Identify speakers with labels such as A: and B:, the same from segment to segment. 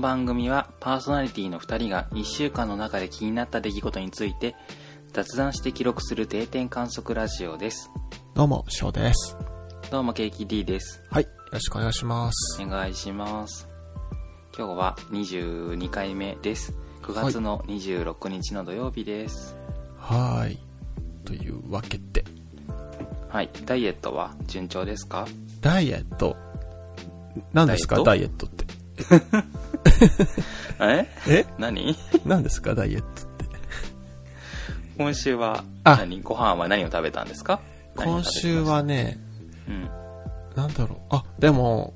A: 番組はパーソナリティの2人が1週間の中で気になった出来事について雑談して記録する定点観測ラジオです。
B: どうも、翔です。
A: どうも KKD です。
B: はい、よろしくお願いします。
A: お願いします。今日は22回目です。9月の26日の土曜日です。
B: はーい。というわけで、
A: はい、ダイエットは順調ですか
B: ダイエット。何ですか
A: ダ
B: ダ
A: イ
B: イエットって。
A: え
B: え
A: 何
B: 何ですかダイエットって。
A: 今週は
B: あ
A: 何ご飯は何を食べたんですか
B: 今週、はね、
A: 何を食べてま
B: なんだろう。あ、でも、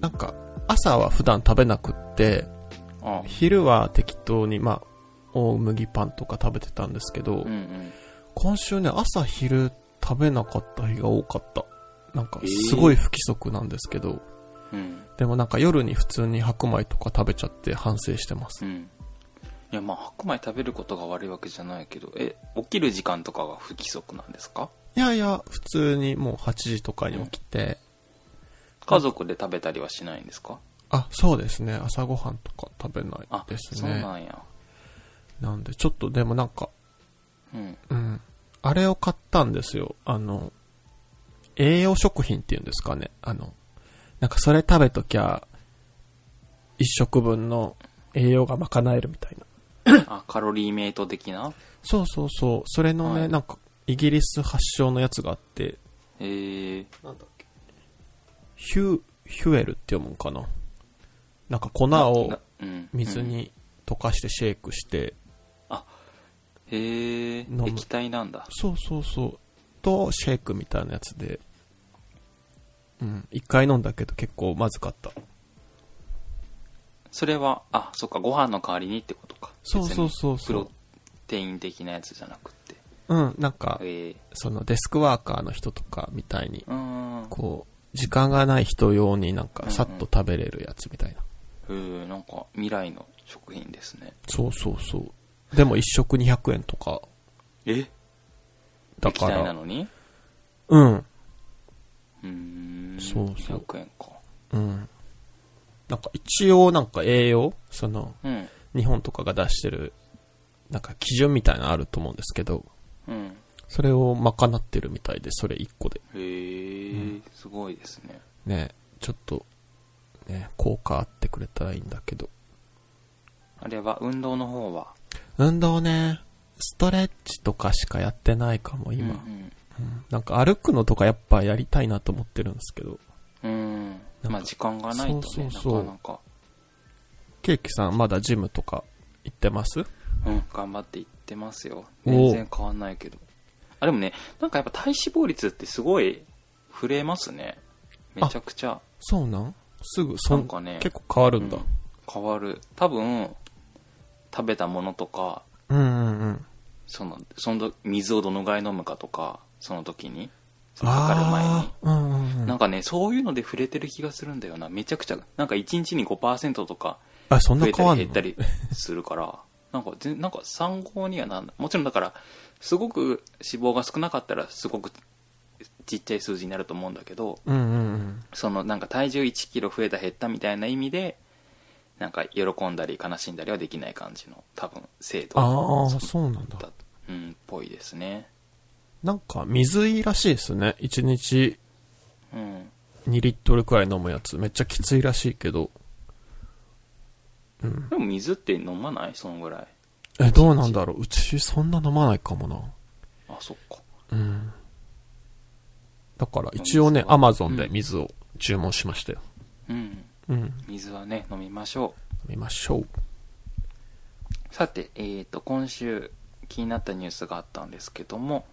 B: なんか、朝は普段食べなくって、
A: したうん。あ
B: 昼は適当に、まあ、大麦パンとか食べてたんですけ
A: う
B: ど、
A: んうん。
B: 今週ね、朝昼食べなかった日が多かった。なんか、すごい不規則なんですけど、
A: うん。
B: でもなんか夜に普通に白米とか食べちゃって反省してます
A: う。ん。いや、まあ、白米食べることが悪いわけじゃないけど、え、起きる時間とかが不規則なんですか
B: いやいや、普通にもう8時とかに起きて、
A: 家族で食べたりはしないんですか
B: あ、そうですね、朝ごはんとか食べない
A: あ、
B: です
A: そう
B: ね。
A: なんや。
B: なんで、ちょっとでもなんか、
A: うん。
B: うん、あれを買ったんですよ。あの、栄養食品っていうんですかね。あの、なんかそれ食べときゃ、一食分の栄養が賄えるみたいな。
A: あ、カロリーメイト的な
B: そうそうそう、それのね、
A: はい
B: なんか、イギリス発祥のやつがあって、
A: えー、
B: なんだっけヒュ、ヒュエルって読むんかななんか粉を
A: なうん
B: 水
A: うん
B: に溶かしてシェイクして、
A: へえ
B: 飲む
A: 液体なんだ。
B: そうそうそう、とシェイクみたいなやつで、うん、一回飲んだけど結構まずかった。
A: それは、あ、そっか、ご飯の代わりにってことか。
B: そうそうそう
A: 別にプ
B: そ
A: ロ
B: う。
A: テイン的なやつじゃなくって。
B: うん、なんか、
A: え
B: そのデスクワーカーの人とかみたいに
A: ー、、うーん。
B: こう、時間がない人用になん
A: うんう
B: か
A: ん
B: さっと食べれるやつみたいな。
A: えー、なんか、未来の食品ですね。
B: そうそうそう。でも一食200円とか、
A: え
B: だ
A: 液
B: か
A: 体な
B: ら、
A: のに
B: うん、
A: うーん。
B: そうそう
A: 100円か。
B: うん。なんか一応なんか栄養、その、
A: うん。
B: 日本とかが出してる、なんか基準みたいなのあると思うんですけど、
A: うん。
B: それを賄ってるみたいで、それ一個で。
A: へえ、すごいですね。
B: ね、ちょっと、ね、効果あってくれたらいいんだけど。
A: あれは、運動の方は。
B: 運動ね、ストレッチとかしかやってないかも、今。
A: うん
B: うんなんか歩くのとかやっぱやりたいなと思ってるんですけど。
A: うん。うん。
B: なん
A: ま
B: か
A: あ、時間がないとね、
B: そうそうそう
A: なか
B: ケーキさんまだジムとか行ってます
A: なか、うん、頑張っていってますよ。
B: お
A: 全然変わんないけど。あ、でもね、なんかやっぱ体脂肪率ってすごい、触れますね。めちゃくちゃ。
B: そうなんすぐ、そ
A: なんんかね、
B: 結構変わるんだ
A: うん。変わる。多分、食べたものとか、
B: うんうんうん。
A: その、その時水をどのぐらい飲むかとか、その時に、そのかかる前に
B: あ。あー、うんうんうん。
A: なんかね、そういうので触れてる気がするんだよな。めちゃくちゃ、なんか1日に5%とか
B: あ、そん
A: 増
B: な
A: えた
B: 変わ
A: り
B: ん
A: 減
B: の
A: ったりするから、 なんか全、なんか参考にはなんないもちろんだから、すごく脂肪が少なかったら、すごくちっちゃい数字になると思うんだけど、
B: うんうんうん。
A: そのなんか体重1キロ増えた減ったみたいな意味で、なんか喜んだり悲しんだりはできない感じの、多分、制度
B: ああ、そうなんだ。
A: だうん、っぽいですね。
B: なんか、水いいらしいですね。1日
A: うん。
B: 2リットルくらい飲むやつ。めっちゃきついらしいけど。うん。
A: でも水って飲まないそのぐらい。
B: え、どうなんだろう。うち、そんな飲まないかもな。
A: あ、そっか。
B: うん。だから、一応ね、アマゾンで
A: うん
B: 水を注文しましたよ。
A: うん。
B: うん。
A: 水はね、飲みましょう。
B: 見ましょう。
A: さて、えー、と今週気になったニュースがあったんですけども、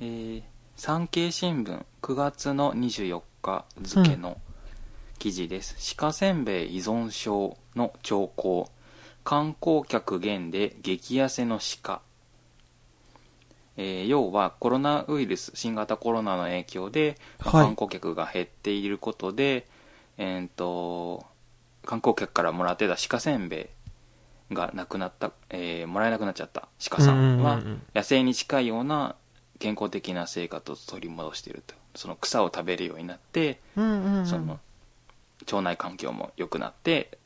A: えー産経新聞9月の24日付の記事です、鹿せんべい依存症の兆候観光客減で激痩せの鹿、えー要はコロナウイルス新型コロナの影響で、まあ
B: はい
A: 観光客が減っていることで、えーっと観光客からもらってた鹿せんべいがなくなった、えーもらえなくなっちゃった鹿さんは
B: うんうんうん
A: 野生に近いような健康的な生活を取り戻しているとその草を食べるようになって、
B: うんうんうん
A: その腸内環境も良くなって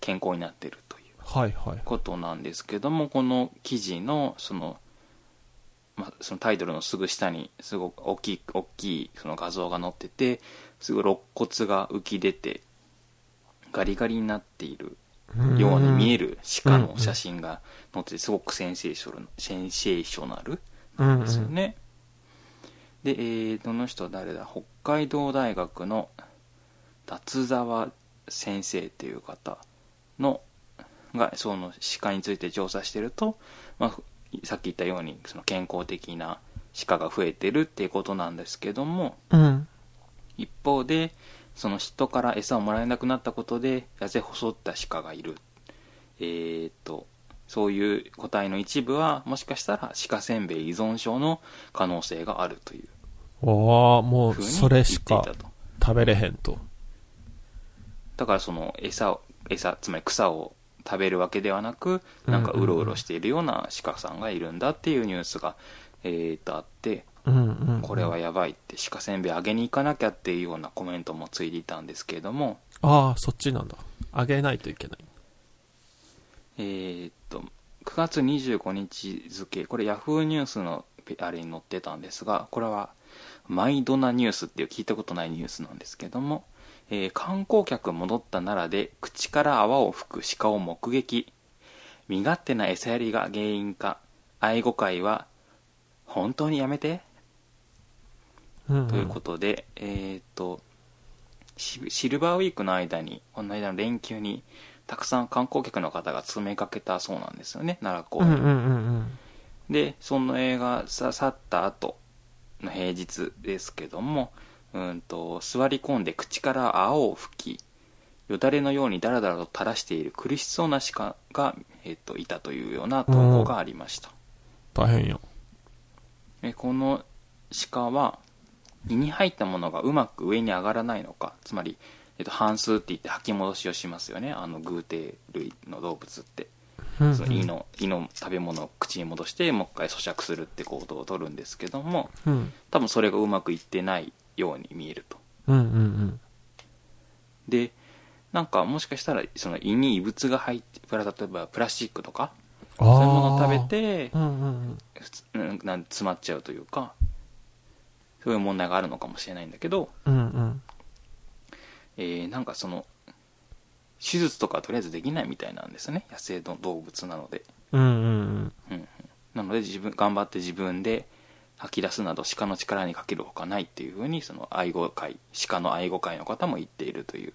A: 健康になってるという
B: はいはい。
A: ことなんですけどもこの記事のその,、まあ、そのタイトルのすぐ下にすごく大きい大きいその画像が載っててすごい肋骨が浮き出てガリガリになっているように見え
B: る。
A: る鹿の写真が載っててすごくセンセーショナルセンセーショナル
B: うん、う
A: ですよ
B: ん。
A: ね。で、えー、どの人は誰だ北海道大学の達沢先生っていう方のがその鹿について調査してると、まあ、さっき言ったようにその健康的な鹿が増えてるっていうことなんですけども
B: うん。
A: 一方でその人から餌をもらえなくなったことで痩せ細った鹿がいるえーっとそういう個体の一部はもしかしたら鹿せんべい依存症の可能性があるという
B: わあ、も
A: ふう
B: う、
A: に
B: それし
A: 言っ
B: か
A: ていたと
B: 食べれへんと。
A: だからその餌を餌つまり草を食べるわけではなくなんかうろうろしているような鹿さんがいるんだっていうニュースが、えーっとあって
B: うんうん。
A: これは。やばいって鹿せんべいあげに行かなきゃっていうようなコメントもついていたんですけれども
B: ああ、そっちなんだ。あげないといけない。
A: えーっと9月25日付これヤフーニュースのペあれに載ってたんですがこれは「マイドナニュース」っていう聞いたことないニュースなんですけども、えー観光客戻った奈良で口から泡を吹く鹿を目撃身勝手な餌やりが原因か愛護会は「本当にやめて?」
B: うん、
A: ということで、えーっとシシルバーウィークの間にこの間の連休にたくさん観光客の方が詰めかけたそうなんですよね奈良公
B: う
A: 園、
B: んうんうん
A: でその映画さ去った後の平日ですけどもうんと座り込んで口から青を吹きよだれのようにダラダラと垂らしている苦しそうな鹿が、えーっといたというような投稿がありました、
B: 大変よ。
A: えこの鹿は胃に入ったものがうまく上に上がらないのかつまり、えっと、反数って言って吐き戻しをしますよねあの偶蹄類の動物って
B: うんうん
A: その胃の胃の食べ物を口に戻してもう一回咀嚼するって行動をとるんですけども
B: うん。
A: 多分それがうまくいってないように見えると
B: うんうんうん。
A: でなんかもしかしたらその胃に異物が入ってプラ例えばプラスチックとか
B: ああ。
A: そういうものを食べ。て
B: うんうんうん。
A: ふつうんなん詰まっちゃうというかそういう問題があるのかもしれないんだけど
B: うんうん。
A: えーなんかその手術とかとりあえずできないみたいなんですね野生の動物なので、
B: うんうんうん。
A: うんうん、なので自分頑張って自分で吐き出すなど鹿の力にかけるほかないっていうふうにその愛護会鹿の愛護会の方も言っているという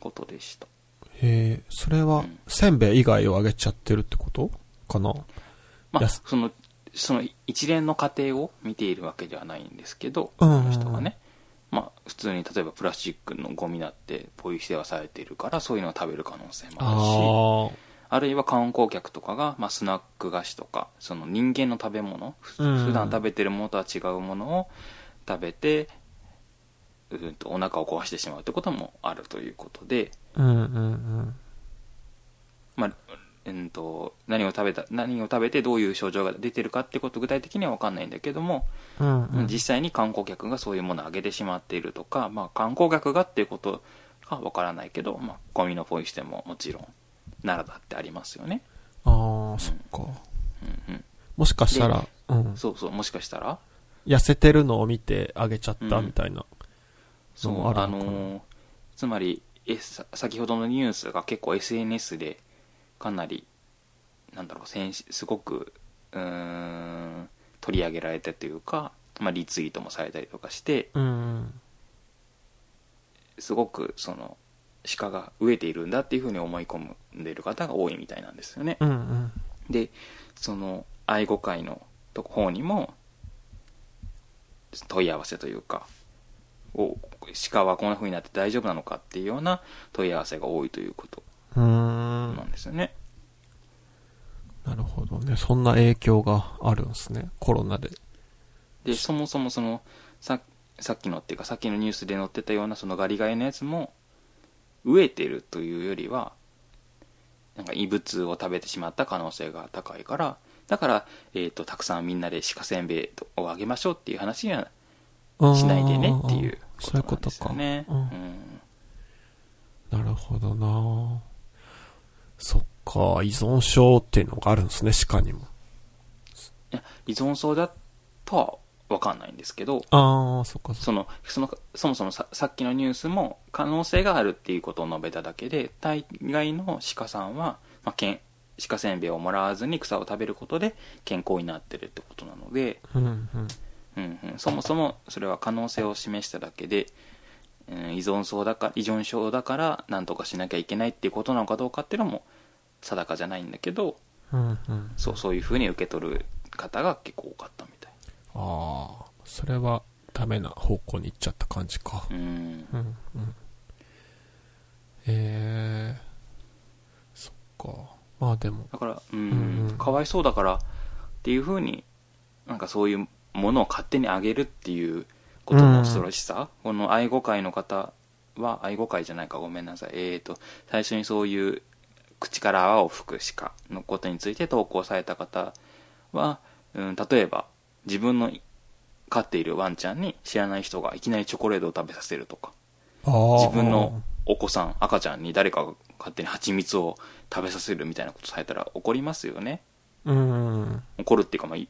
A: ことでした
B: へえ、それは
A: うん、
B: せんべい以外をあげちゃってるってことかな
A: まあ
B: いや
A: そのその一連の過程を見ているわけではないんですけど、
B: うんうんうん
A: この人がねまあ普通に例えばプラスチックのゴミだってポイ捨てはされているからそういうのを食べる可能性もあるし
B: あ
A: あるいは観光客とかが、まあ、スナック菓子とかその人間の食べ物ふ
B: うんうん
A: 普段食べてるものとは違うものを食べてうんとお腹を壊してしまうってこともあるということで、
B: あ。うんうん
A: まあうん、と何を食べた何を食べてどういう症状が出てるかってこと具体的には分かんないんだけども、
B: うん。うんうん。
A: 実際に観光客がそういうものをあげてしまっているとか、まあ、観光客がっていうことが分からないけど、まあ、ゴミのポイ捨てももちろん奈良だってありますよね。
B: ああ、そっか。
A: うんうん、
B: もしかしたら、うん。
A: そうそうもしかしたら
B: 痩せてるのを見てあげちゃった
A: うん
B: みたいな。
A: そう
B: の
A: あ
B: あるのかな
A: のーつまり、えさ先ほどのニュースが結構 SNS でかなりなんだろうセンシすごくうーん取り上げられたというか、まあ、リツイートもされたりとかして
B: うん。
A: すごくその鹿が飢えているんだっていうふうに思い込んでいる方が多いみたいなんですよね
B: うんうん。
A: でその愛護会のとこ方にも問い合わせというかお鹿はこんな風になって大丈夫なのかっていうような問い合わせが多いということ
B: うーん
A: な。んですよね、
B: なるほどね。そんな影響があるんですね。コロナで。
A: でそもそもそのささっきのっていうかさっきのニュースで載ってたようなそのガリガリのやつも飢えてるというよりはなんか異物を食べてしまった可能性が高いからだから、えー、とたくさんみんなで鹿せんべいをあげましょうっていう話にはしないでねっていう
B: あーそういう
A: こ
B: ことと
A: なんですよ
B: か。
A: ね。
B: うん
A: うん
B: なるほどなそっか、依存症っていうのがあるんですね、鹿にも。
A: 依存症だとは分かんないんですけど
B: ああ、そっか、そっか。
A: そのそのそもそもささっきのニュースも可能性があるっていうことを述べただけで大概の鹿さんは、まあ、けん鹿せんべいをもらわずに草を食べることで健康になってるってことなので、
B: うん、うん。
A: うんうん、そもそもそれは可能性を示しただけで、うん、依存症だか依存症だから何とかしなきゃいけないっていうことなのかどうかっていうのも定かじゃないんだけど
B: うん、うん。
A: そうそういうふうに受け取る方が結構多かったみたい
B: ああ、それはダメな方向に行っちゃった感じか。
A: うん
B: うん、うん。ええそっか。まあでも、
A: だからうん、
B: うんうん
A: かわいそうだからっていうふうになんかそういうものを勝手にあげるっていうことの恐ろしさ、この愛護会の方は愛護会じゃないかごめんなさいえー、と最初にそういう口から泡を吹く鹿のことについて投稿された方は、うん、例えば自分の飼っているワンちゃんに知らない人がいきなりチョコレートを食べさせるとか自分のお子さん赤ちゃんに誰かが勝手に蜂蜜を食べさせるみたいなことされたら怒りますよね
B: うん、うん、
A: 怒るっていうか、まあい、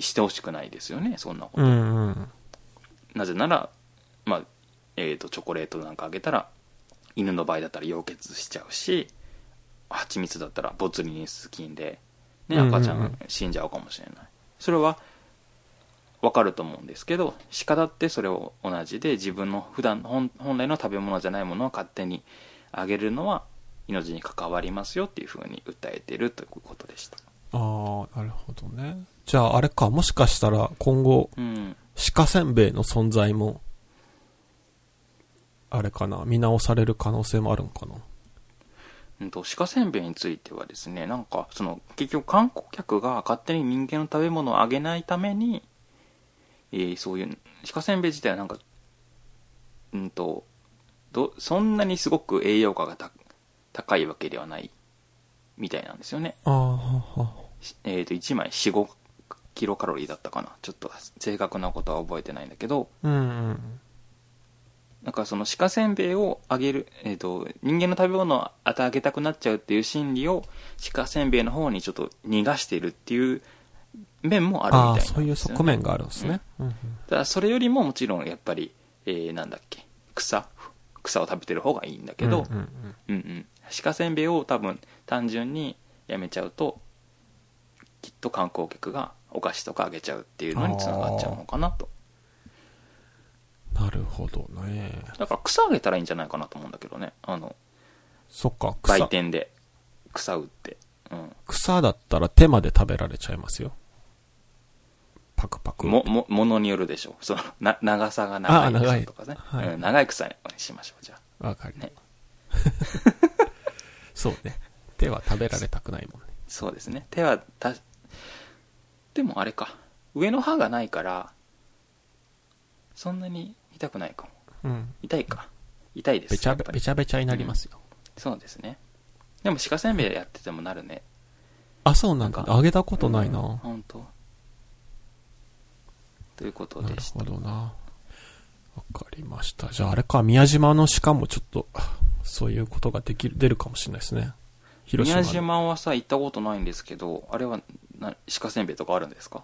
A: してほしくないですよねそんなこと、
B: うん、うん。
A: なぜなら、まあえー、とチョコレートなんかあげたら犬の場合だったら溶血しちゃうし蜂蜜だったらボツリヌス菌で、ね、赤ちゃ
B: うんうんうん
A: ん死んじゃうかもしれない、それはわかると思うんですけど鹿だってそれを同じで自分の普段本本来の食べ物じゃないものを勝手にあげるのは命に関わりますよっていうふうに訴えてるということでした、
B: ああ、なるほどね。じゃああれか、もしかしたら今後、
A: うん、
B: 鹿せんべいの存在も、あれかな、見直される可能性もあるんかな。
A: うんと鹿せんべいについてはですねなんかその結局観光客が勝手に人間の食べ物をあげないために、えーそういう鹿せんべい自体はなんかうんとどそんなにすごく栄養価がた高いわけではないみたいなんですよね、
B: ああ、はは。
A: しえー、と1枚45キロカロリーだったかなちょっと正確なことは覚えてないんだけど
B: うん、うん。
A: なんかその鹿せんべいをあげる、えー、と人間の食べ物をあげたくなっちゃうっていう心理を鹿せんべいの方にちょっと逃がしてるっていう面もあるみたい
B: あ
A: なん
B: あ、
A: ですよ
B: そう
A: ね
B: いう側面があるんですね。うん、うん。
A: ただそれよりももちろんやっぱり、えーなんだっけ草草を食べてる方がいいんだけど、
B: うん、うん。
A: うんうん鹿せんべいを多分単純にやめちゃうときっと観光客がお菓子とかあげちゃうっていうのにつながっちゃうのかなと
B: なるほどね。
A: だから草あげたらいいんじゃないかなと思うんだけどねあの
B: そっか、
A: 売
B: 草。
A: 店で草売って、う
B: 草だったら手まで食べられちゃいますよ。パクパク。
A: ん、ももものによるでしょうそのな長さが長い
B: あ長い
A: とかね
B: は
A: 長
B: い
A: い,、うん、長い草にしましょうじゃ
B: わかり
A: あね
B: そうね。手は食べられたくないもんね。
A: そうですね手はたでもあれか上の歯がないからそんなに痛くないかも
B: うん。
A: 痛いか痛いです
B: べちゃべ
A: やっぱり
B: べちゃべちゃになりますよ。
A: そうですねでも鹿せんべいやっててもなるね
B: あ、そうなんだ。
A: なんか
B: あげたことないな。
A: うん本当ということ
B: な
A: で
B: る
A: した
B: ほどな。わかりました。じゃああれか、宮島の鹿もちょっと、そういうことができる、出るかもしれないですね。広島
A: 宮
B: の。
A: 島はさ行ったことないんですけどあれはな鹿せんべいとかあるんですか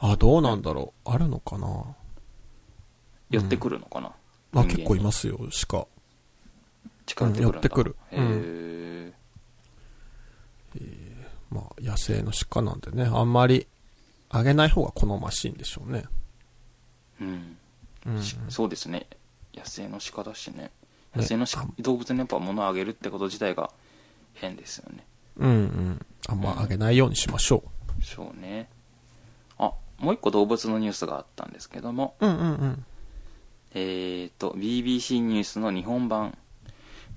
B: あ、どうなんだろう。あるのかな。
A: 寄ってくるのかな、
B: まあ
A: 人間
B: 結構いますよ、鹿。
A: 近寄ってくるんだ
B: うん寄ってくる
A: へ
B: うん
A: え
B: まあ野生の鹿なんでね、あんまり、あげない方が好ましいんでしょうね。
A: うん、
B: うん。
A: しそうですね野生の鹿だしね
B: ね
A: 野生の鹿
B: あ
A: 動物にやっぱ物をあげるってこと自体が変ですよね
B: うんうん。あんまあげないようにしましょ
A: そうねあもう一個動物のニュースがあったんですけども
B: う。うんうんうん。
A: えー、と BBC ニュースの日本版、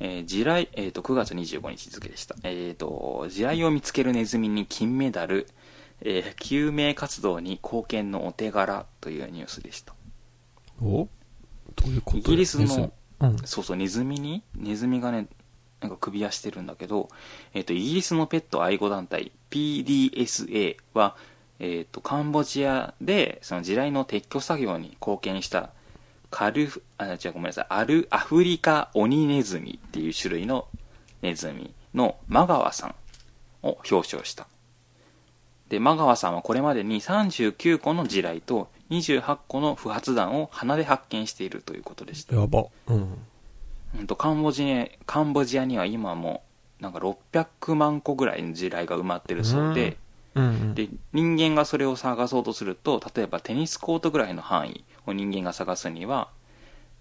A: えー地雷えー、と9月25日付でした、えー、と地雷を見つけるネズミに金メダル、えー救命活動に貢献のお手柄というニュースでした
B: おどういうこと
A: イギリスの
B: ネズミうん。
A: そうそうネズミにネズミがねなんか首輪してるんだけど、えー、とイギリスのペット愛護団体 PDSA は、えー、とカンボジアでその地雷の撤去作業に貢献したカルフ、あ、違う、ごめんなさい、アル、アフリカオニネズミっていう種類のネズミのマガワさんを表彰した。で、マガワさんはこれまでに39個の地雷と28個の不発弾を鼻で発見しているということでした。
B: やば。うん。
A: うんと、カンボジア、カンボジアには今も、なんか600万個ぐらいの地雷が埋まってるそうで、
B: うんうん。
A: で人間がそれを探そうとすると例えばテニスコートぐらいの範囲を人間が探すには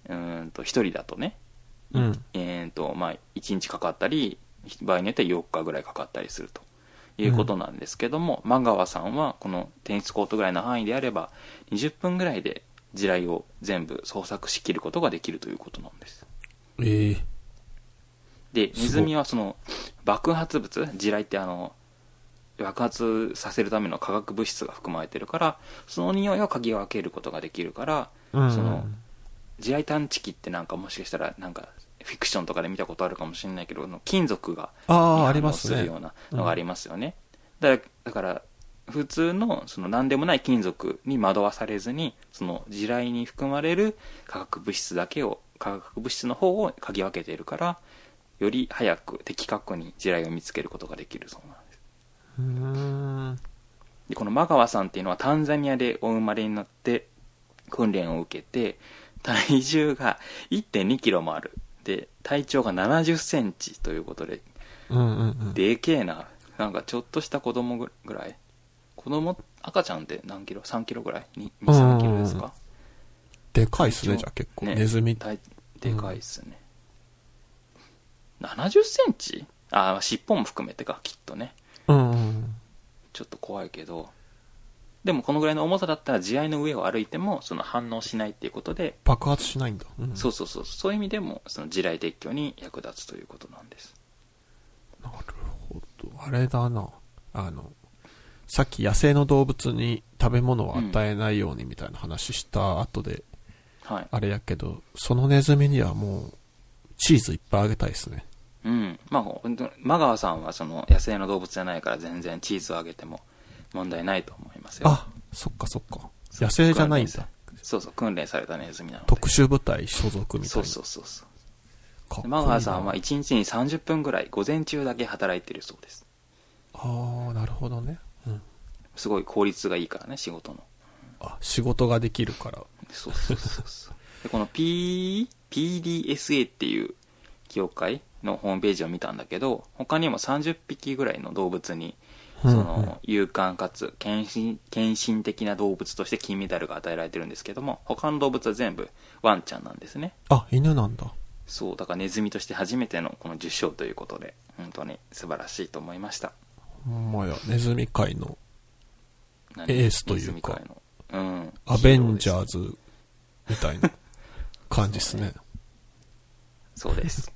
A: うーんと1人だとね、
B: うん。
A: えーとまあ、1日かかったり場合によっては4日ぐらいかかったりするということなんですけども、マガワさんはこのテニスコートぐらいの範囲であれば20分ぐらいで地雷を全部捜索しきることができるということなんです
B: ええ
A: です
B: ごい
A: ネズミはその爆発物地雷ってあの爆発させるための化学物質が含まれてるからその匂いを嗅ぎ分けることができるから
B: うん。
A: その地雷探知機ってなんかもしかしたらなんかフィクションとかで見たことあるかもしれないけどあの金属が
B: あ
A: に反
B: あ、
A: 応
B: あります
A: する
B: ね
A: よ。うなのがありますよね。だだから普通のその何でもない金属に惑わされずにその地雷に含まれる化学物質だけを化学物質の方を嗅ぎ分けているからより早く的確に地雷を見つけることができるそうなんです
B: うーん。
A: でこのマガワさんっていうのはタンザニアでお生まれになって訓練を受けて体重が1 2キロもあるで体長が7 0センチということで
B: うんうんうん。
A: でけえな。なんかちょっとした子供ぐぐらい。子供、赤ちゃんって何キロ ?3 キロぐらい ?2、2 3キロですか
B: でかいっすね、じゃあ結構。
A: ね
B: ネズミ。
A: 大でかいっすね。70センチあー、尻尾も含めてか、きっとね。
B: うんうん。
A: ちょっと怖いけど。でもこのぐらいの重さだったら地合の上を歩いてもその反応しないっていうことで、
B: 爆発しないんだ。うん
A: そうそうそう、そういう意味でもその地雷撤去に役立つということなんです。
B: なるほど。あれだな。あの、さっき野生の動物に食べ物を与えないようにみたいな話した後で、
A: はい。
B: あれやけど、そのネズミにはもう、チーズいっぱいあげたいですね。
A: うん、まあ本当にマガワさんはその野生の動物じゃないから全然チーズをあげても問題ないと思いますよ
B: あ、そっかそっか。野生じゃないんだ。
A: そうそう訓練されたネズミなので
B: 特殊部隊所属みた
A: そ
B: いうな。
A: そうそうそう
B: かっこい
A: で
B: いな
A: マガワさんは1日に30分ぐらい午前中だけ働いてるそうです
B: ああ、なるほどね。うん。
A: すごい効率がいいからね仕事の
B: あ、仕事ができるから。
A: そうそうそうそうでこの P PDSA っていう協会のホームページを見たんだけど他にも30匹ぐらいの動物にそ
B: うんうん
A: の勇敢かつ献身献身的な動物として金メダルが与えられてるんですけども他の動物は全部ワンちゃんなんですね
B: あ、犬なんだ。
A: そうだからネズミとして初めてのこの受賞ということで本当に素晴らしいと思いました
B: ほんまや、ネズミ界の
A: 何
B: エースというか
A: ネズミ界のうん
B: アベンジャ
A: ー
B: ーズみたいな感じですね。
A: そうです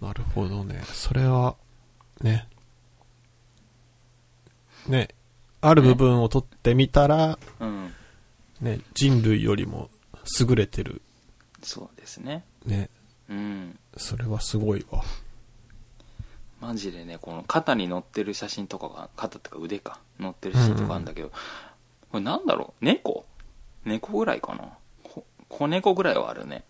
B: なるほどね。それは、ね。ね。ある部分を取ってみたら、
A: うん
B: ね、人類よりも優れてる。
A: そうですね
B: ね。
A: うん
B: それはすごいわ。
A: マジでねこの肩に乗ってる写真とかが肩とか腕か乗ってる写真とかあるんだけど、これなんだろう猫猫ぐらいかなこ子猫ぐらいはあるね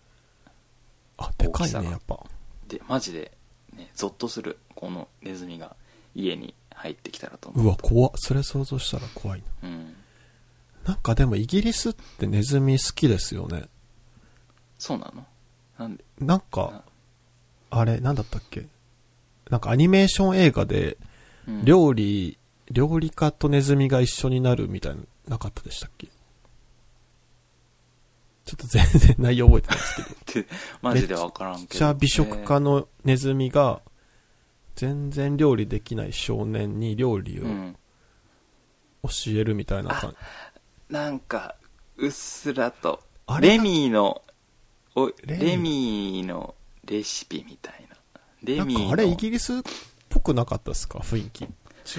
B: あ、でか
A: 大き
B: い
A: さ
B: ね、
A: が
B: やっぱ。
A: でマジで、ね、ゾッとするこのネズミが家に入ってきたらと思う
B: うわ、怖っそれ想像したら怖いな。
A: うん、
B: なんかでもイギリスってネズミ好きですよね。
A: そうなのなんで
B: なんか、あれ、なんだったっけなんかアニメーション映画で、
A: うん
B: 料理、料理家とネズミが一緒になるみたいな、なかったでしたっけちょっと全然内容覚えてないですけど。
A: ってマジでわからんけど
B: めっちゃ美食家のネズミが、全然料理できない少年に料理
A: え
B: を
A: ーうん
B: 教えるみたいな感じ。
A: なんかうっすらと
B: あれ
A: レミーのお
B: レミー
A: レミーのレシピみたいなレミー
B: なん
A: の
B: かあれイギリスっぽくなかったですか雰囲気。違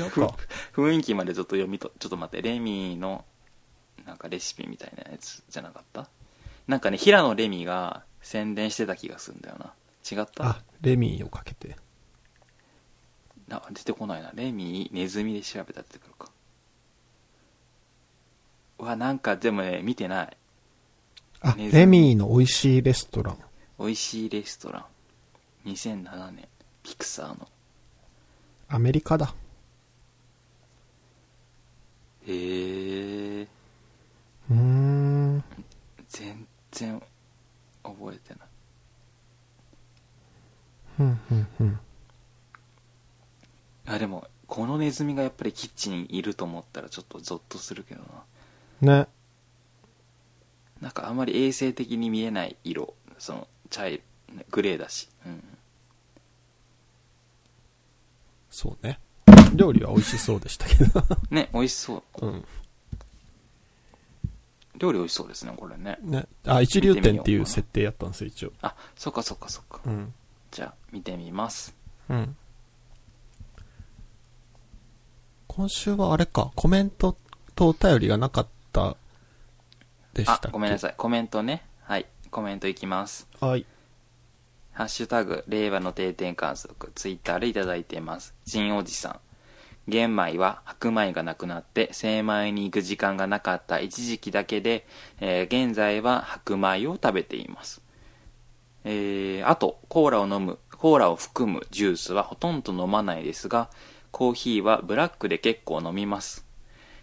B: うか。
A: 雰囲気までちょっと読みとちょっと待ってレミーのなんかレシピみたいなやつじゃなかったなんかね平野レミが宣伝してた気がするんだよな違った
B: あ、レミーをかけて。
A: な出てこないなレミーネズミで調べたら出てくるかうわなんかでもね見てない
B: あ、
A: ネズミ
B: レミーの美味しいレストラン。
A: 美味しいレストラン2007年ピクサーの
B: アメリカだ。
A: へえ
B: うーん。
A: 全然覚えてない
B: ふんふんふん。
A: あでもこのネズミがやっぱりキッチンにいると思ったらちょっとゾッとするけどな
B: ね。
A: なんかあんまり衛生的に見えない色その茶色グレーだし、うん、
B: そうね。料理は美味しそうでしたけど。
A: ね美味しそう
B: うん。
A: 料理美味しそうですねこれね
B: ね。あ、一流店っていう設定やったんですよ、一応。
A: あそっかそっかそっか、
B: うん。
A: じゃあ見てみます
B: うん。今週はあれか、コメントとお便りがなかったでした
A: あ
B: っけ
A: ごめんなさいコメントねはいコメントいきます
B: い。はい。
A: ハッシュタグ、令和の定点観測、ツイッターでいただいています。ジンおじさん。玄米は白米がなくなって精米に行く時間がなかった一時期だけで、えー現在は白米を食べています。えーあと、コーラを飲む、コーラを含むジュースはほとんど飲まないですが、コーヒーはブラックで結構飲みます。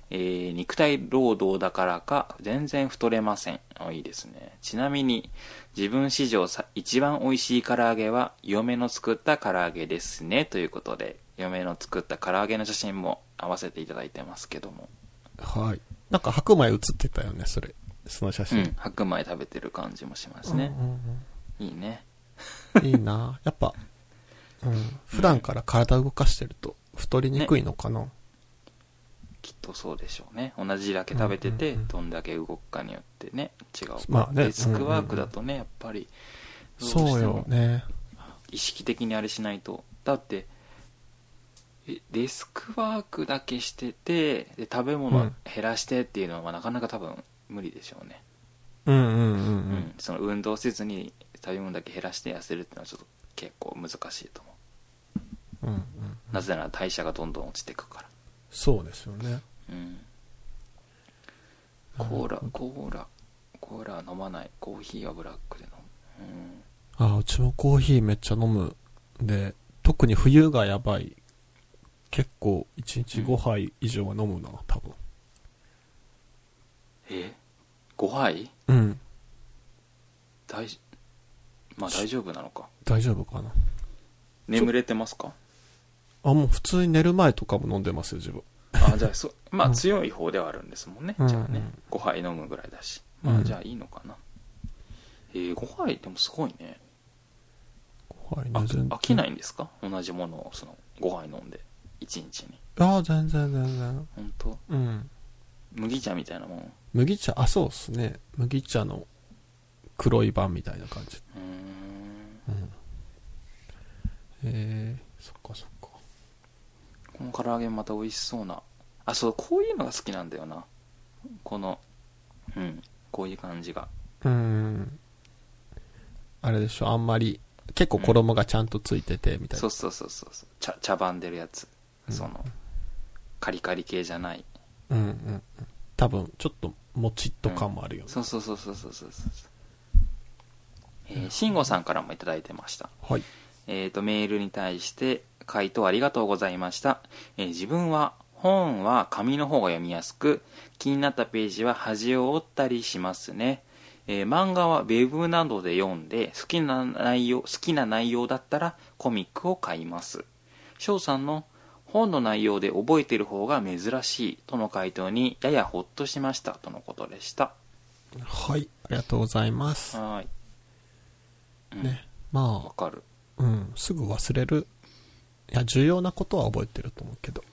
A: えー肉体労働だからか全然太れません。あいいですね。ちなみに、自分史上さ一番美味しい唐揚げは嫁の作った唐揚げですね。ということで、嫁の作った唐揚げの写真も合わせていただいてますけども。
B: はい。なんか白米映ってたよね、それ。その写
A: う
B: 真。
A: ん、白米食べてる感じもしますね
B: う。んうん
A: いいね。
B: うんいい なやっぱ、うん。普段から体動かしてると太りにくいのかな、
A: きっとそうでしょうね。同じだけ食べてて、
B: うんうんうん
A: どんだけ動くかによってね、違う。
B: まあね
A: デスクワークだとね、やっぱり、どうしても
B: そうよね。
A: 意識的にあれしないとだってえデスクワークだけしててで食べ
B: う
A: 物
B: ん
A: 減らしてっていうのは、まあなかなか多分無理でしょうね、
B: うんうんうんう
A: うん
B: ん。
A: その運動せずに食べ物だけ減らして痩せるっていうのはちょっと結構難しいと思
B: うんうん、
A: うなぜなら代謝がどんどん落ちていくか
B: そうですよね。
A: らうんコーラコーラコーラは飲まないコーヒーはブラックで飲むうん
B: あ、うちもコーヒーめっちゃ飲む。で、特に冬がやばい。結構、1日5杯以上は飲むな、多分。
A: え5杯
B: うん。
A: 大丈まあ大丈夫なのか
B: 大丈夫かな。
A: 眠れてますか
B: あ、もう普通に寝る前とかも飲んでますよ、自分。
A: あじゃあそまあ
B: うん
A: 強い方ではあるんですもんね、
B: うん
A: じゃあね
B: う
A: 5
B: ん
A: 杯飲むぐらいだし、
B: う
A: まあ
B: ん
A: じゃあいいのかなえー、5杯でもすごいね
B: 5杯
A: あ
B: ね、全然。
A: 飽きないいんですか同じものをその5杯飲んで1日に
B: あ全然全然。
A: 本当
B: うん。
A: 麦茶みたいなもん
B: 麦茶、あ、そうっすね。麦茶の黒い版みたいな感じ。
A: うーん
B: うん。えー、そっかそっか。
A: この唐揚げまた美味しそうなあそうこういうのが好きなんだよなこのうんこういう感じが
B: うん。あれでしょ、あんまり、結構衣がちゃんとついてて、みたい
A: そ
B: な
A: う。そうそうそうそう茶茶番でるやつ
B: うん
A: そのカリカリ系じゃない
B: うんうんうん。多分、ちょっと、もちっと感もあるよね。
A: そうそうそうそうそうそうそうえー、慎吾さんからもいただいてました。
B: はい。
A: えっ、と、メールに対して、回答ありがとうございました。えー自分は、本は紙の方が読みやすく、気になったページは端を折ったりしますね。えー漫画はウェブなどで読んで、好きな内容、好きな内容だったらコミックを買います。翔さんの本の内容で覚えてる方が珍しいとの回答にややほっとしましたとのことでした。
B: はい。ありがとうございます。
A: はーい。
B: ね。
A: うん。わ
B: ま
A: かる。
B: あ、うん、すぐ忘れる。いや、重要なことは覚えてると思うけど。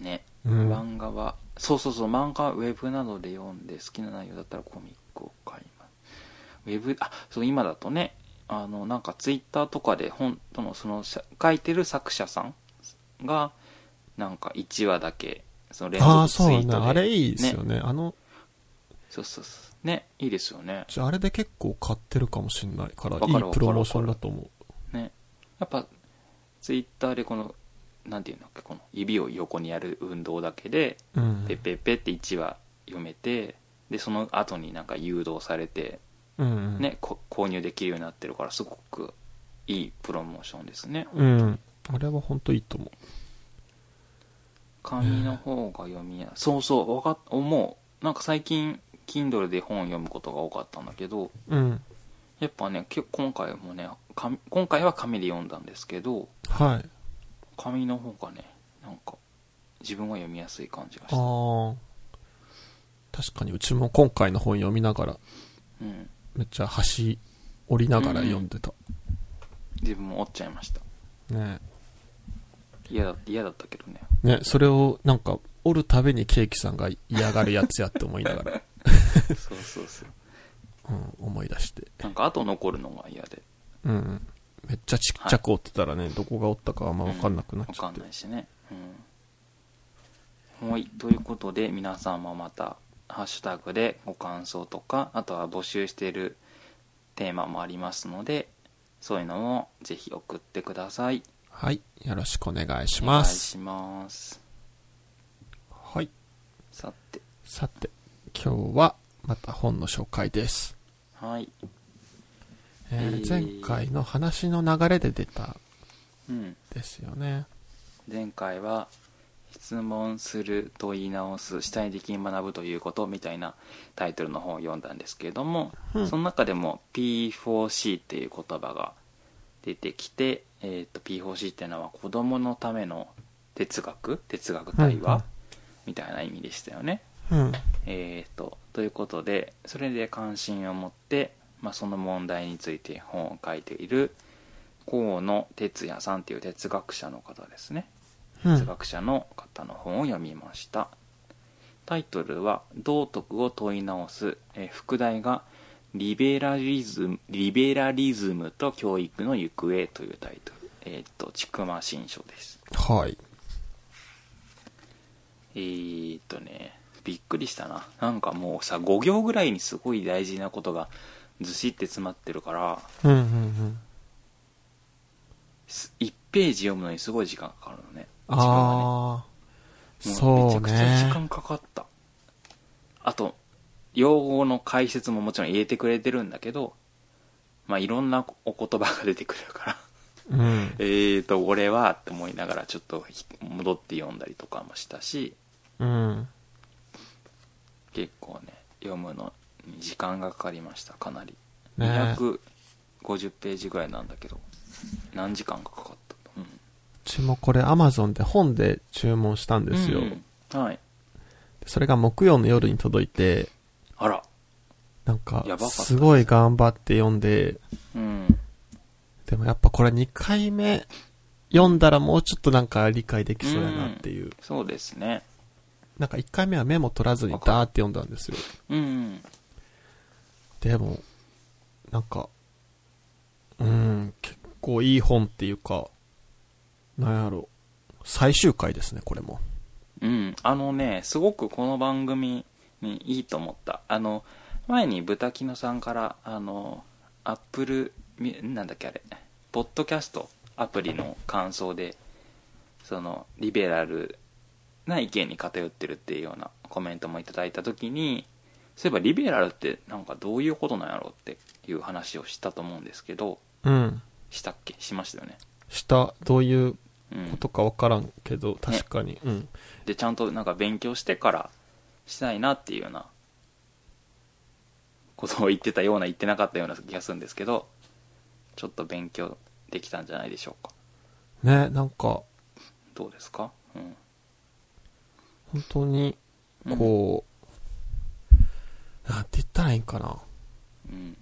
A: ね。
B: うん。
A: 漫画は、そうそうそう、漫画はウェブなどで読んで、好きな内容だったらコミックを買います。ウェブ、あ、そう、今だとね、あの、なんかツイッターとかで、本当の、その、さ書いてる作者さんが、なんか1話だけ、その連
B: ああ、
A: 続ツイ
B: そう
A: ー
B: ね。
A: トで。
B: あれいいですよね。あの、
A: そうそうそう。ね、いいですよね。
B: じゃああれで結構買ってるかもしんないから、い
A: わかるわかる
B: いプロモーションだと思う。
A: ね。やっぱ、ツイッターでこの、なんていうんだっけ、この、指を横にやる運動だけで、
B: うん
A: ペ。ッペッペって1話読めてでその後になんか誘導されて、
B: うん。。
A: ねこ購入できるようになってるからすごくいいプロモーションですね
B: うん。あれは本当いいと思
A: 紙の方が読みやすいそうそうわかっ思うなんか最近 Kindle で本を読むことが多かったんだけど
B: う。うん。
A: やっぱね結構今回もね紙今回は紙で読んだんですけど
B: はい。
A: 紙の方がねなんか自分は読みやすい感じがした
B: あー確かにうちも今回の本読みながら、
A: うん
B: めっちゃ橋折りながら読んでた。
A: 自分も折っちゃいました
B: ね
A: 嫌だ嫌だったけどね
B: ね、それをなんか、折るたびにケーキさんが嫌がるやつやって思いなが ら、
A: そうそうそう
B: うん、思い出して。
A: なんか後残るのが嫌で
B: うん。めっちゃちっちゃく折ってたらね、どこが折ったかあんまわかんなくなっ
A: 分
B: ちゃ
A: か
B: っ
A: ん
B: て
A: な。いしねうんはいということで皆さんもまたハッシュタグでご感想とかあとは募集しているテーマもありますのでそういうのもぜひ送ってください
B: はい。よろしくお願いし
A: お願
B: ま
A: い
B: す。
A: します
B: はい。
A: さて
B: さて、今日はまた本の紹介です。
A: はい
B: えー
A: えー
B: 前回の話の流れで出たん
A: うん
B: ですよね。
A: 前回は質問すると言い直す主体的に学ぶということみたいなタイトルの本を読んだんですけれども、
B: うん
A: その中でも P4C っていう言葉が出てきて、えー、と P4C っていうのは子どものための哲学哲学対
B: うんうん
A: 話みたいな意味でしたよね。
B: うん。
A: えー、とということでそれで関心を持って、まあ、その問題について本を書いている河野哲也さんっていう哲学者の方ですね。
B: う
A: 哲
B: ん。
A: 学者の方の本を読みましたタイトルは「道徳を問い直す」えー副題がリベラリズム「リベラリズムと教育の行方」というタイトルえーっと千曲新書です
B: はい。
A: えーっとねびっくりしたななんかもうさ5行ぐらいにすごい大事なことがずしって詰まってるから
B: うんうんうん。
A: す1ページ読むのにすごい時間かかるのね時間がね
B: あー。
A: もうめち
B: そ
A: ゃ
B: う
A: くちゃ時
B: ね。
A: 間かかった、あと用語の解説ももちろん入れてくれてるんだけどまあいろんなお言葉が出てくるから
B: うん。
A: えーと俺はって思いながらちょっとひ戻って読んだりとかもしたし
B: うん。
A: 結構ね読むのに時間がかかりましたかなり、
B: ねう
A: 250ページぐらいなんだけど何時間かかかったうん
B: ちもこれ Amazon で本で注文したんですよ。
A: うんうんはい
B: それが木曜の夜に届いて、
A: あら
B: なんか
A: やばかった、です
B: すごい頑張って読んで、
A: うん
B: でもやっぱこれ2回目読んだらもうちょっとなんか理解できそうやなっていう。
A: そうですね
B: なんか1回目はメモ取らずにダーって読んだんですよ。
A: うんうん
B: でも、なんか、うん、結構いい本っていうか、なんやろ、最終回ですね、これも。
A: うん、あのね、すごくこの番組にいいと思った。あの、前にブタキノさんから、あの、アップル、みなんだっけあれ、ポッドキャストアプリの感想で、その、リベラルな意見に偏ってるっていうようなコメントもいただいたときに、そういえばリベラルってなんかどういうことなんやろうっていう話をしたと思うんですけど、
B: うん。
A: したっけしましたよね。
B: 下、どういう
A: うん
B: ことかわからんけど、確かに。うん。
A: でちゃんとなんか勉強してからしたいなっていうようなことを言ってたような言ってなかったような気がするんですけどちょっと勉強できたんじゃないでしょうか
B: ね、なんか、
A: どうですかうん
B: 本当に、こう、なんて言ったらいいんかな。
A: うん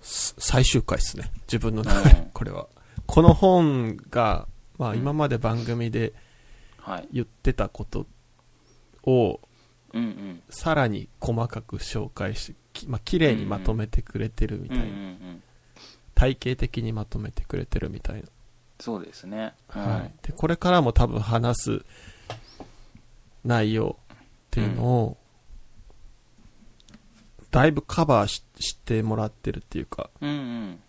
B: す最終回ですね。自分の中
A: うん
B: で、これは。この本が、まあ
A: うん
B: 今まで番組で
A: はい
B: 言ってたことを、
A: うんうん
B: さらに細かく紹介し、きまあ綺麗にまとめてくれてるみた
A: う
B: い
A: ん
B: な。
A: うんうん
B: 体系的にまとめてくれてるみたいな。
A: そうですね
B: はい。で、これからも多分話す内容っていうのを、だいぶカバーししてもらってるっていうか、
A: うん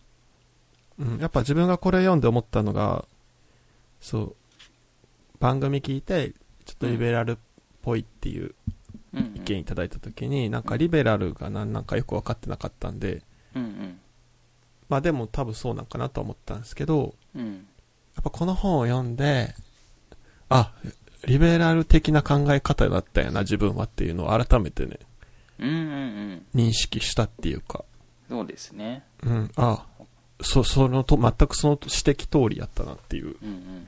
A: うん
B: うん、やっぱ自分がこれ読んで思ったのが、そう、番組聞いて、ちょっとリベラルっぽいっていう
A: うんうん
B: 意見いただいた時に、なんかリベラルが何なんかよく分かってなかったんで、
A: うん
B: まあでも多分そうなんかなと思ったんですけど、
A: うんうん
B: やっぱこの本を読んで、あ、リベラル的な考え方だったよな、自分はっていうのを改めてね、
A: うんうんうん
B: 認識したっていうか、
A: そうですね
B: うん、あ、そ、そのと、全くその指摘通りやったなっていう。
A: うんうん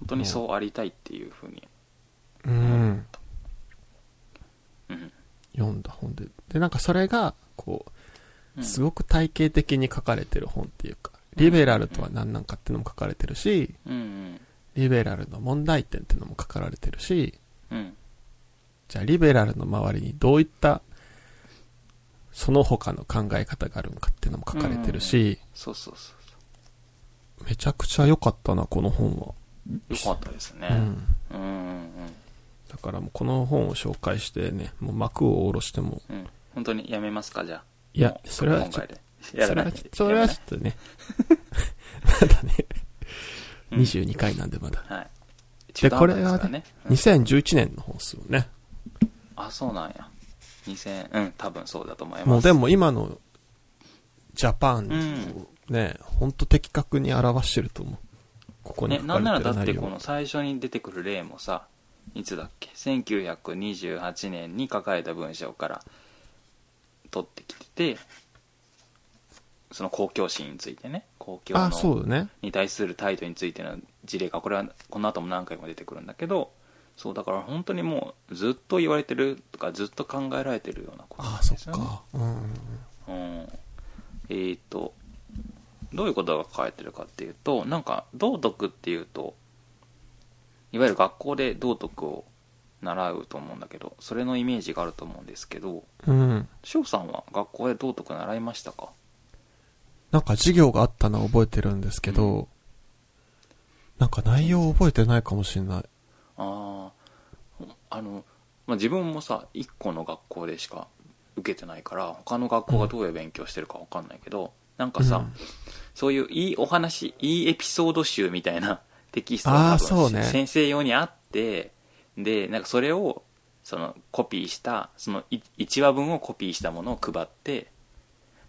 A: 本当にそうありたいっていうふうに
B: うん、
A: うん
B: 読んだ本で。で、なんかそれが、こ
A: う
B: う、
A: ん
B: すごく体系的に書かれてる本っていうか、リベラルとは何なんかっていうのも書かれてるし、
A: うんうん
B: リベラルの問題点っていうのも書かられてるし、
A: うん
B: じゃあリベラルの周りにどういったその他の考え方があるのかっていうのも書かれてるし、
A: そうそうそう
B: めちゃくちゃ良かったな、この本は。
A: よかったですね
B: うん。
A: うんうん
B: だからもうこの本を紹介してね、もう幕を下ろしても、
A: うんうん本当にやめますかじゃあ
B: いや
A: も、う
B: それは
A: 今
B: ちょっ
A: 回
B: と、
A: でや
B: そ
A: ら
B: れ
A: な
B: はいちょっと、それはちょっと ね、まだね、
A: うん
B: 22回なんでまだ。
A: はい
B: で
A: 中途半端ですからねうん
B: 2011年の本っすよね。
A: あそうなんや2000うん多分そうだと思います
B: もうでも今のジャパン
A: うん
B: をね、ほんと的確に表してると思う。ここに
A: ね、
B: 書
A: な
B: か
A: んな
B: れ
A: ら
B: て
A: だっ
B: る
A: て
B: 内
A: こ
B: 容
A: の。最初に出てくる例もさいつだっけ1928年に書かれた文章から取ってきててその公共心についてね公共
B: あ、そ
A: の
B: うだね。
A: に対する態度についての事例がこれはこの後も何回も出てくるんだけどそうだから本当にもうずっと言われてるとかずっと考えられてるようなことな
B: あ
A: ん、
B: そ
A: で
B: っ
A: すよね。
B: か。うん。
A: うん、えー、とどういうことが書かれてるかっていうとなんか道徳っていうといわゆる学校で道徳を習うと思うんだけどそれのイメージがあると思うんですけど
B: うん。
A: 翔さんは学校で道徳習いましたか
B: なんか授業があったのは覚えてるんですけど、なんか内容覚えてないかもしれない。
A: あーあの、まあ、自分もさ1個の学校でしか受けてないから他の学校がどういう勉強してるか分かんないけど、なんかさ、
B: うん
A: そういういいお話、いいエピソード集みたいな テキスト
B: あ
A: が
B: ー
A: 多
B: そう
A: 分、
B: ね
A: 先生用にあって、で、なんかそれを、そのコピーした、その1話分をコピーしたものを配って、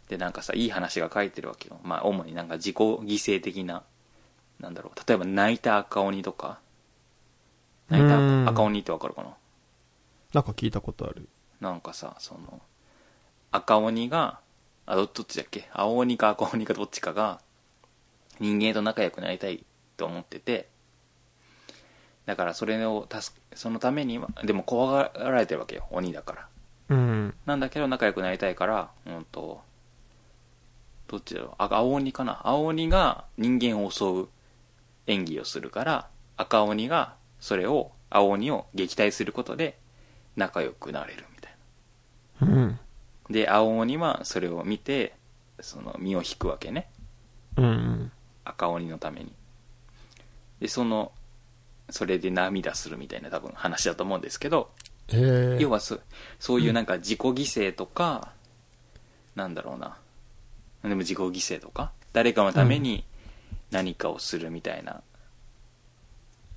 A: で、なんかさ、いい話が書いてるわけよ。まあ、主になんか自己犠牲的な、なんだろう、例えば泣いた赤鬼とか、泣いうた
B: ん
A: 赤鬼ってわかるかな
B: なんか聞いたことある。
A: なんかさその赤鬼があどどっちだっけ青鬼か赤鬼かどっちかが人間と仲良くなりたいと思っててだからそれを助けそのためにはでも怖がられてるわけよ鬼だから
B: うん。
A: なんだけど仲良くなりたいからうんとどっちだろうあ青鬼かな青鬼が人間を襲う演技をするから赤鬼がそれを青鬼を撃退することで仲良くなれるみたいな
B: うん。
A: で青鬼はそれを見てその身を引くわけね
B: うん。
A: 赤鬼のためにでそのそれで涙するみたいな多分話だと思うんですけど、
B: えー、
A: 要はそそういうなんか自己犠牲とか、なんだろうなでも自己犠牲とか誰かのために何かをするみたいな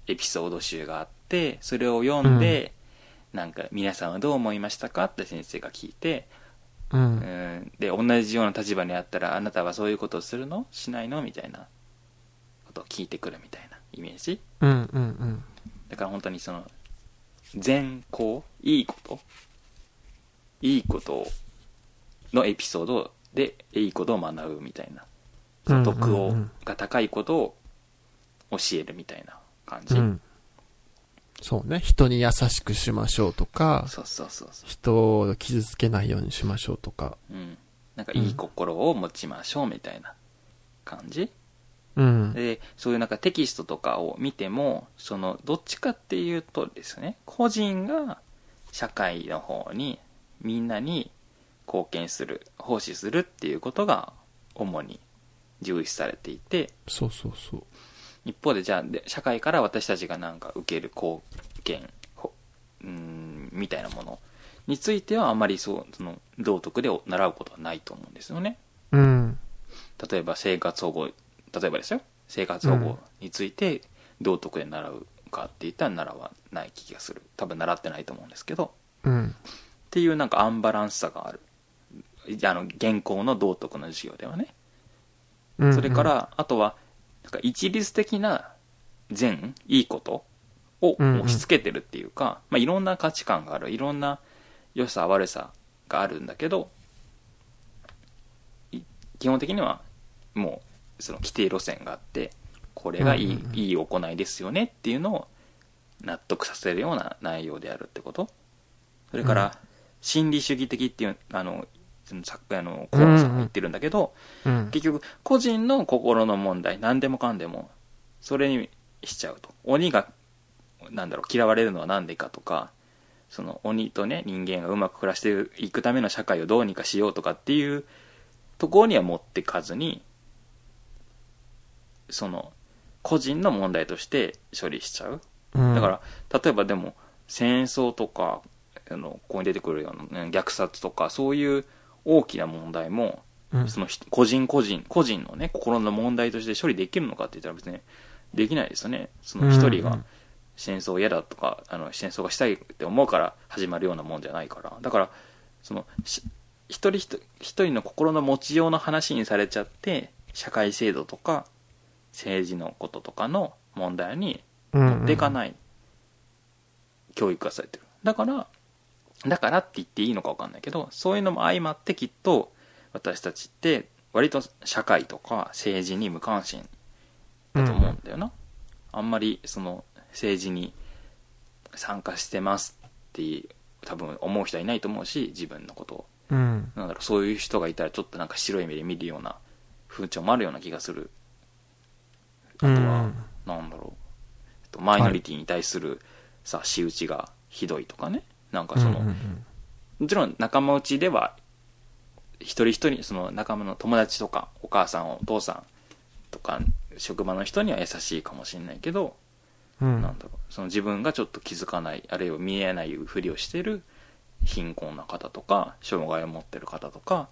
A: エピソード集があってそれを読んで、なんか皆さんはどう思いましたかって先生が聞いて
B: う。
A: うんんで同じような立場にあったらあなたはそういうことをするのしないのみたいなことを聞いてくるみたいなイメージ
B: うん。うん。うん。
A: だから本当にその善行いいこといいことのエピソードでいいことを学ぶみたいなその徳
B: う
A: を
B: んうんうん
A: が高いことを教えるみたいな感じ、
B: うん。そうね。人に優しくしましょうとか、
A: そうそうそうそ
B: 人を傷つけないようにしましょうとか。
A: ううんなんかいい心を持ちましょうみたいな感じ、
B: うん。
A: でそういうなんかテキストとかを見てもそのどっちかっていうとですね個人が社会の方にみんなに貢献する奉仕するっていうことが主に重視されていて
B: そうそうそう。
A: 一方でじゃあで社会から私たちがなんか受ける貢献ほうーんみたいなものについてはあまりそうその道徳で習うことはないと思うんですよね。
B: うん。
A: 例えば生活保護例えばですよ生活保護について道徳で習うかって言ったら習わない気がする多分習ってないと思うんですけど
B: うん。
A: っていうなんかアンバランスさがあるあの現行の道徳の授業ではね
B: うん
A: それか、らあとはなんか一律的な善いいことを
B: うんうん
A: 押し付けてるっていうか、まあ、いろんな価値観があるいろんな良さ悪さがあるんだけどい基本的にはもうその規定路線があってこれがいい,、
B: うんうんうん
A: いい行いですよねっていうのを納得させるような内容であるってことそれから、
B: うん
A: 心理主義的っていうあのその作家の河野さんが言ってるんだけど、
B: うん。
A: 結局個人の心の問題何でもかんでもそれにしちゃうと鬼がなんだろう嫌われるのは何でかとかその鬼とね人間がうまく暮らしていくための社会をどうにかしようとかっていうところには持ってかずにその個人の問題として処理しちゃうだから、例えばでも戦争とかあのここに出てくるようなうん虐殺とかそういう大きな問題も
B: うん、うん
A: その人個人個人個人のね心の問題として処理できるのかって言ったら別にできないですよねその一人
B: うんう
A: が
B: ん
A: 戦争嫌だとか、あの戦争がしたいって思うから始まるようなもんじゃないからだからそのし一人一人一人の心の持ちようの話にされちゃって社会制度とか政治のこととかの問題に持っていか
B: い。
A: ない教育がされてるだからだからって言っていいのか分かんないけどそういうのも相まってきっと私たちって割と社会とか政治に無関心だと思うんだよな、あんまりその政治に参加してますって多分思う人はいないと思うし自分のことを
B: うん。
A: なんだろうそういう人がいたらちょっとなんか白い目で見るような風潮もあるような気がするあと
B: うん
A: は、なんだろうえっとマイノリティに対するさ仕打ちがひどいとかねなんかその、
B: うんうん
A: もちろん仲間内では一人一人その仲間の友達とかお母さんお父さんとか職場の人には優しいかもしれないけど、
B: うんうん
A: なんだろうその自分がちょっと気づかないあるいは見えないふりをしてる貧困な方とか障害を持ってる方とか、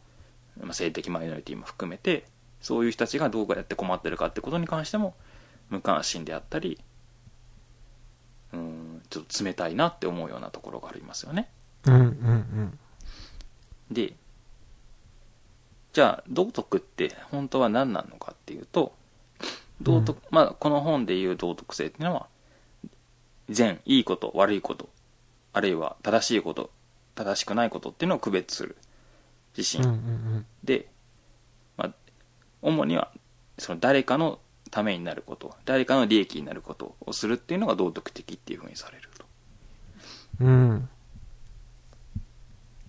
A: まあ、性的マイノリティも含めてそういう人たちがどうやって困ってるかってことに関しても無関心であったりうーんちょっと冷たいなって思うようなところがありますよね。
B: うんうん
A: でじゃあ道徳って本当は何なのかっていうと道徳、まあこの本でいう道徳性っていうのは善いいこと悪いことあるいは正しいこと正しくないことっていうのを区別する自
B: うん。
A: 身、
B: うんうん
A: で、まあ、主にはその誰かのためになること誰かの利益になることをするっていうのが道徳的っていうふうにされると
B: うん。うん。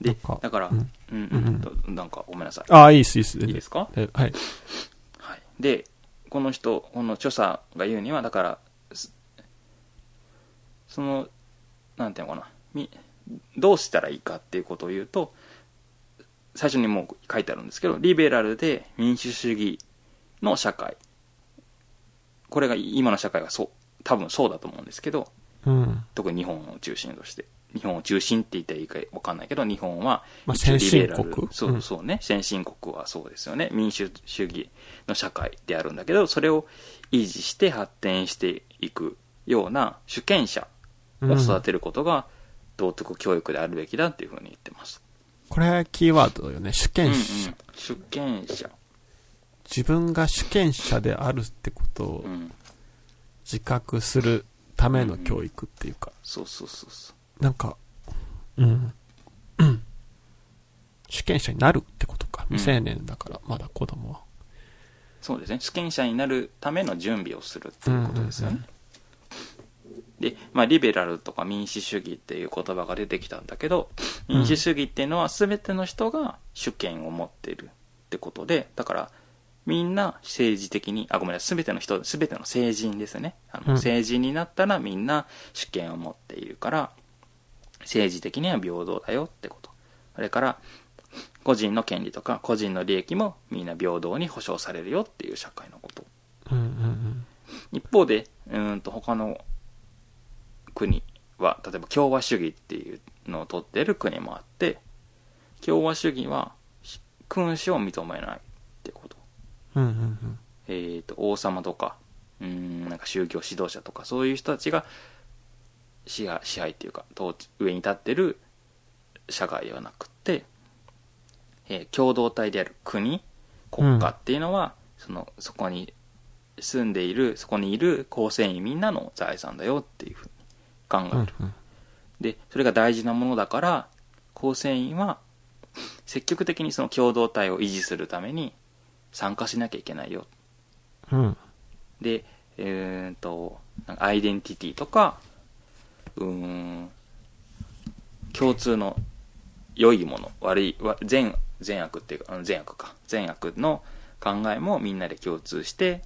A: で
B: なんか
A: だから、う
B: うんん、
A: うん
B: うんうん
A: となんかごめんなさい
B: ああ、いいです、いいです。
A: いいですか
B: えはい。
A: はい、でこの人この著者が言うにはだからすそのなんていうのかなみどうしたらいいかっていうことを言うと最初にもう書いてあるんですけどリベラルで民主主義の社会これが今の社会はそう多分そうだと思うんですけど
B: うん。
A: 特に日本を中心として日本を中心って言ったらいいか分かんないけど日本は
B: まあ
A: 一応
B: 先進
A: リベラ
B: 国
A: ルそううんそうね先進国はそうですよね民主主義の社会であるんだけどそれを維持して発展していくような主権者を育てることが道徳教育であるべきだっていうふうに言ってます、
B: これ、キーワードよね。主
A: うんう
B: 権
A: ん
B: 者。
A: 主権者、
B: 自分が主権者であるってことを
A: うん、
B: 自覚するための教育っていうか。
A: そうそうそうそう
B: なんか、うん。うん主権者になるってこ
A: う
B: とか。
A: ん
B: 未成年だから、まだ子供は。
A: そうですね主権者になるための準備をするっていうことですよね、で、まあ、リベラルとか民主主義っていう言葉が出てきたんだけど
B: うん
A: 民主主義っていうのは全ての人が主権を持っているってことでだからみんな政治的にあごめんなさい全ての人全ての成人ですねあ
B: う
A: の
B: ん
A: 成人になったらみんな主権を持っているから政治的には平等だよってことそれから個人の権利とか個人の利益もみんな平等に保障されるよっていう社会のこと
B: うんうん
A: 一方でうーんと他の国は例えば共和主義っていうのを取っている国もあって共和主義はし君主を認めないってこと,、
B: うん。うんうん
A: えー、と王様とかうーんなんか宗教指導者とかそういう人たちが支配支配っていうか統治上に立ってる社会ではなくって、えー共同体である国国家っていうのは、そのそこに住んでいるそこにいる構成員みんなの財産だよっていうふうに考える、
B: うんうん
A: でそれが大事なものだから構成員は積極的にその共同体を維持するために参加しなきゃいけないよ
B: うん
A: でえー、となんかアイデンティティとかうーん共通の良いもの悪いわ善善悪っていうかあの善悪か善悪の考えもみんなで共通して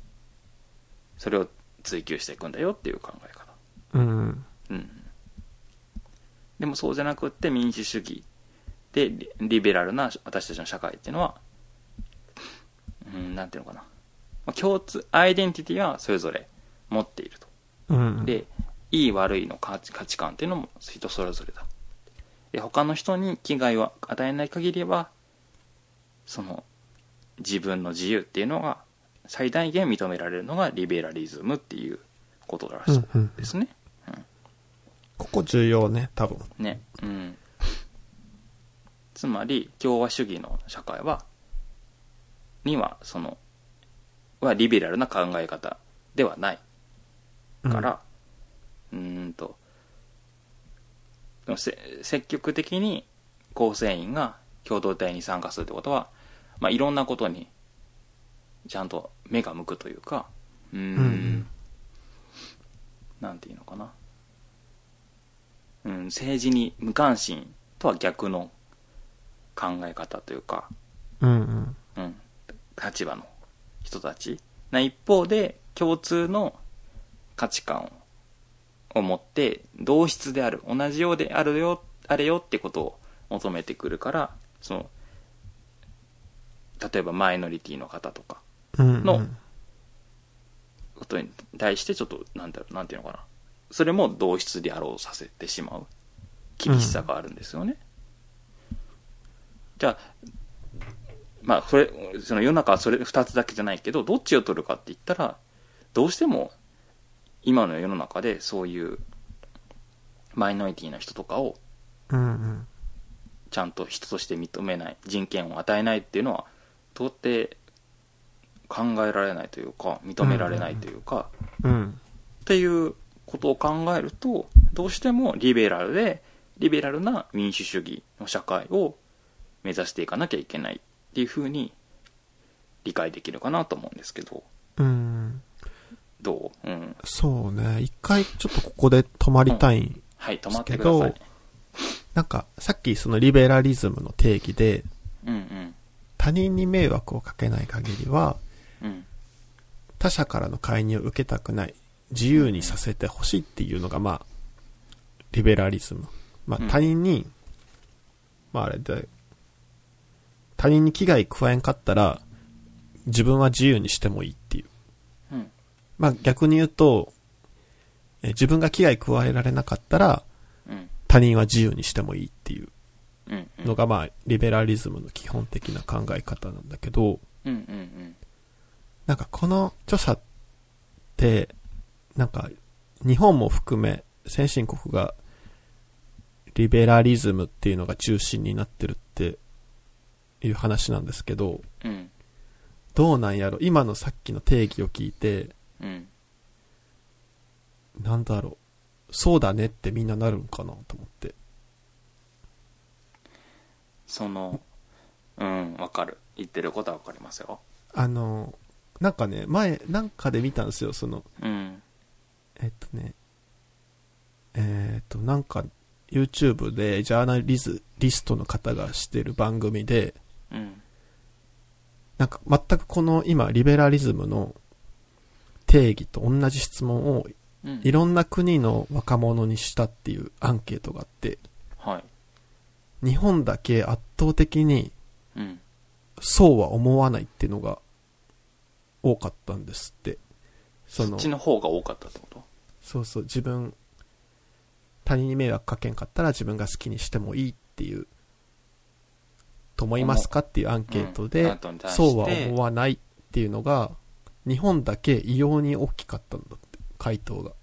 A: それを追求していくんだよっていう考え方
B: うん
A: うん、でもそうじゃなくって民主主義でリリベラルな私たちの社会っていうのは、うん、なんていうのかな、まあ、共通アイデンティティはそれぞれ持っていると
B: うん
A: でいい悪いの価値価値観っていうのも人それぞれだで他の人に危害を与えない限りはその自分の自由っていうのが最大限認められるのがリベラリズムっていうことらしい
B: うんうん
A: ですね、
B: ここ重要ね多分
A: ねうんつまり共和主義の社会はにはそのはリベラルな考え方ではないからうーんとでもせ積極的に構成員が共同体に参加するってことは、まあ、いろんなことにちゃんと目が向くというかうーん
B: うん
A: なんていうのかな、うん、政治に無関心とは逆の考え方というか、
B: うんうん
A: うん、立場の人たちな一方で共通の価値観を持って同質である同じようであるよあれよってことを求めてくるからその例えばマイノリティの方とか
B: うんうん
A: のことに対してちょっとなんだろうなんていうのかなそれも同質であろうさせてしまう厳しさがあるんですよね、じゃあまあそれその世の中はそれ2つだけじゃないけどどっちを取るかって言ったらどうしても今の世の中でそういうマイノリティの人とかを
B: うんうん
A: ちゃんと人として認めない人権を与えないっていうのは到底考えられないというか認められないというか、
B: うん
A: っていうことを考えるとどうしてもリベラルでリベラルな民主主義の社会を目指していかなきゃいけないっていうふうに理解できるかなと思うんですけど
B: うん
A: どううん
B: そうね一回ちょっとここで止まりたい
A: はい止まってください
B: ですけなんかさっきそのリベラリズムの定義で
A: うんうん
B: 他人に迷惑をかけない限りは
A: うん
B: 他者からの介入を受けたくない自由にさせてほしいっていうのがまあリベラリズムま
A: うん
B: あ他人に、まああれで他人に危害加えんかったら自分は自由にしてもいいっていう
A: うん
B: まあ逆に言うとえ自分が危害加えられなかったら
A: うん
B: 他人は自由にしてもいいっていう
A: うんうん
B: のがまあリベラリズムの基本的な考え方なんだけど、
A: うんうん
B: なんかこの著者って、なんか日本も含め先進国がリベラリズムっていうのが中心になってるっていう話なんですけど、
A: うんうん
B: どうなんやろ今のさっきの定義を聞いて、
A: うん
B: なんだろうそうだねってみんななるんかなと思って。
A: そのうんわかる言ってることはわかりますよ
B: あの、なんかね、前、なんかで見たんですよ、その、
A: うん
B: えっとね、えっと、なんか、YouTube でジャーナリズ、リストの方がしてる番組で、
A: うん
B: なんか全くこの今、リベラリズムの定義と同じ質問を
A: うん
B: いろんな国の若者にしたっていうアンケートがあって、
A: はい
B: 日本だけ圧倒的に
A: うん
B: そうは思わないっていうのが多かったんですって。そ
A: そ
B: の
A: っち、の方が多かったってこと
B: そうそう、自分、他人に迷惑かけんかったら自分が好きにしてもいいっていう、と思いますかっていうアンケート
A: うん
B: で
A: あ、とに対して
B: そうは思わないっていうのが、日本だけ異様に大きかったんだって、回答が。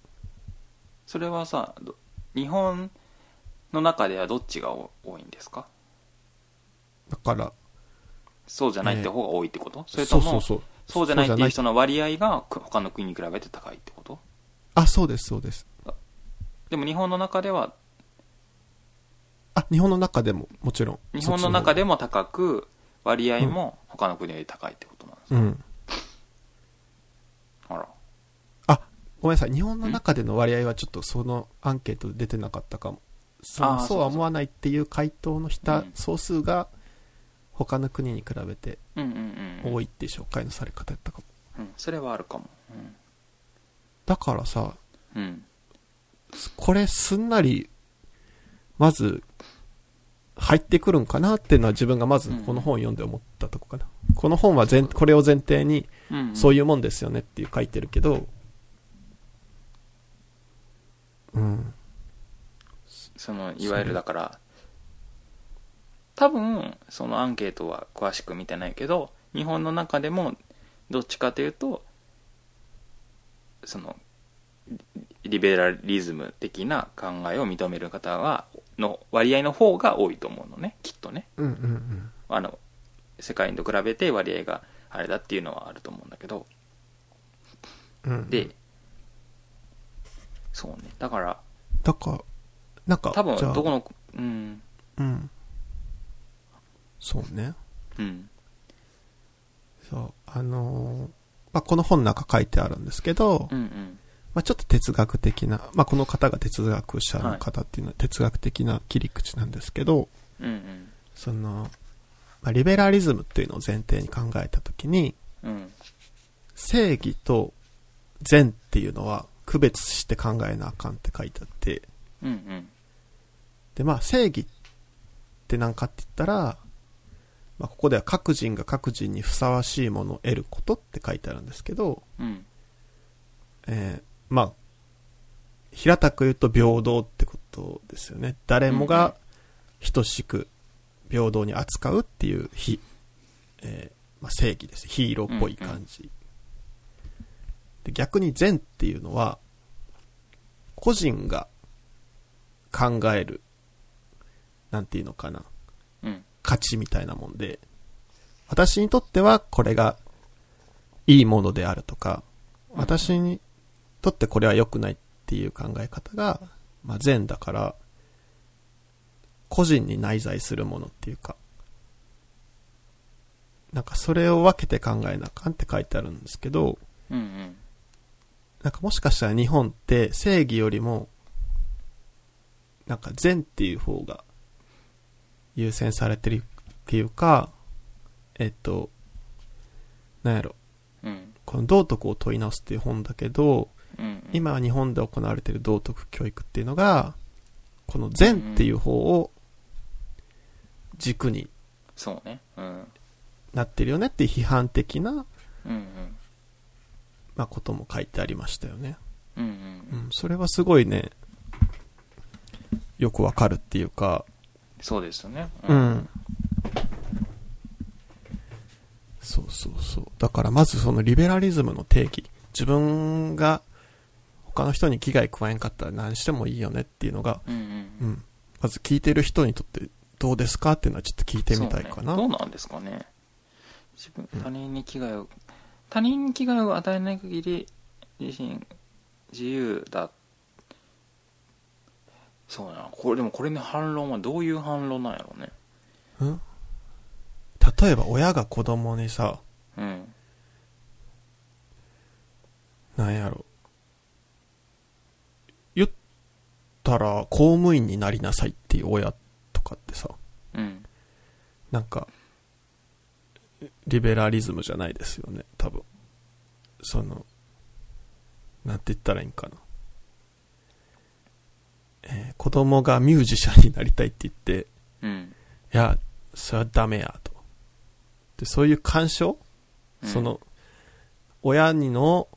A: それはさど日本の中ではどっちがお多いんですか
B: だから、
A: そうじゃないって方が多いってこと、それと
B: う
A: も
B: そうそう。
A: そうじゃないっていう人の割合がく他の国に比べて高いってこと
B: あ、そうです、そうです。
A: でも日本の中では
B: あ、日本の中でも、もちろん。
A: 日本の中で
B: も。
A: も高く割合も他の国より高いってことなんです
B: うん。
A: あら
B: あ、ごめんなさい。日本の中での割合はちょっとそのアンケートで出てなかったかも。そ
A: あー
B: うそうは思わないっていう回答の
A: う
B: 下
A: ん、
B: 総数が他の国に比べて
A: うんうんうん
B: 多いっていう紹介のされ方やったかも。
A: うんそれはあるかも
B: だからさ、
A: うん、うん、
B: これすんなり、まず、入ってくるんかなっていうのは自分がまずこの本を読んで思ったとこかな。この本は前、これを前提に、
A: うんうん、
B: そう
A: い
B: いうもんですよねっていう書いてるけど、うん。
A: そのいわゆるだから多分そのアンケートは詳しく見てないけど日本の中でもどっちかというとそのリリベラリズム的な考えを認める方がの割合の方が多いと思うのねきっとね
B: うんうんうん。
A: あの世界と比べて割合があれだっていうのはあると思うんだけど
B: うん、
A: で、そうねだから
B: だから、なんか、
A: 多分
B: じゃあ
A: どこのうん
B: うん。そうね。
A: うん
B: そう、あのーまあ、この本の中書いてあるんですけど、
A: うんうん
B: まあ、ちょっと哲学的な、まあ、この方が哲学者の方っていうのは哲学的な切り口なんですけど、
A: うんうん
B: その、まあ、リベラリズムっていうのを前提に考えたときに、
A: うん
B: 正義と善っていうのは区別して考えなあかんって書いてあって、
A: うんうん
B: で、まあ、正義って何かって言ったら、まあ、ここでは各人が各人にふさわしいものを得ることって書いてあるんですけど、
A: うん
B: えーまあ、平たく言うと平等ってことですよね。誰もが等しく平等に扱うっていう非、えーまあ、正義です。ヒーローっぽい感じ。で逆に善っていうのは、個人が考える、なんていうのかな。
A: うん
B: 価値みたいなもんで、私にとってはこれがいいものであるとか、
A: うん
B: 私にとってこれは良くないっていう考え方が、まあ、善だから、個人に内在するものっていうか、なんかそれを分けて考えなあかんって書いてあるんですけど、
A: うんうん
B: なんかもしかしたら日本って正義よりも、なんか善っていう方が優先されてるっていうか、えっと、なんやろ、
A: うん
B: この道徳を問い直すっていう本だけど、
A: うん
B: 今日本で行われている道徳教育っていうのが、この善っていう方を軸に
A: そうねうん
B: なってるよねっていう批判的な、
A: うんうん
B: まあ、ことも書いてありましたよね。
A: うんう
B: うんん、それはすごいね、よくわかるっていうか、
A: そうですよね
B: うん。そうそうそう。だからまずそのリベラリズムの定義。自分が他の人に危害加えんかったら何してもいいよねっていうのが、
A: うんう
B: うんん。まず聞いてる人にとってどうですかっていうのはちょっと聞いてみたい
A: そう
B: かな。
A: うねどうなんですかね自分他人に危害を他人に危害を与えない限り自身自由だそうなこれでもこれの反論はどういう反論なんやろうね
B: ん例えば親が子供にさ、
A: うん
B: なんやろ。言ったら公務員になりなさいっていう親とかってさ、
A: うん
B: なんか、リベラリズムじゃないですよね、多分。その、なんて言ったらいいんかな。えー子供がミュージシャンになりたいって言って、
A: うん
B: いや、それはダメや、と。で、そういう干渉、
A: うん
B: その、親にの、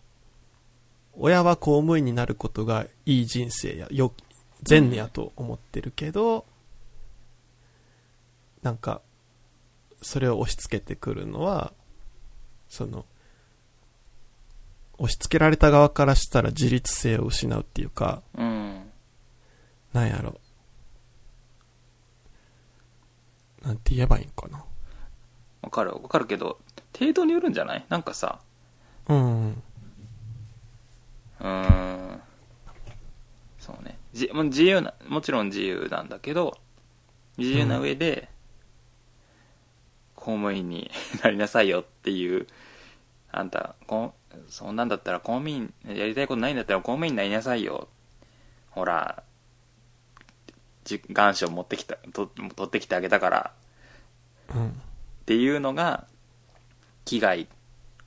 B: 親は公務員になることがいい人生や、よ、善やと思ってるけど、なんか、それを押し付けてくるのは、その、押し付けられた側からしたら自立性を失うっていうか、
A: うん
B: なんやろ。なんて言えばいいんかな。
A: わかるわかるけど程度によるんじゃないなんかさ
B: うんうん。
A: うーんそうねじもう自由なもちろん自由なんだけど自由な上で、公務員に なりなさいよっていうあんたこんそんなんだったら公務員やりたいことないんだったら公務員になりなさいよほらじ願書持ってきたと取ってきてあげたから
B: うん。
A: っていうのが危害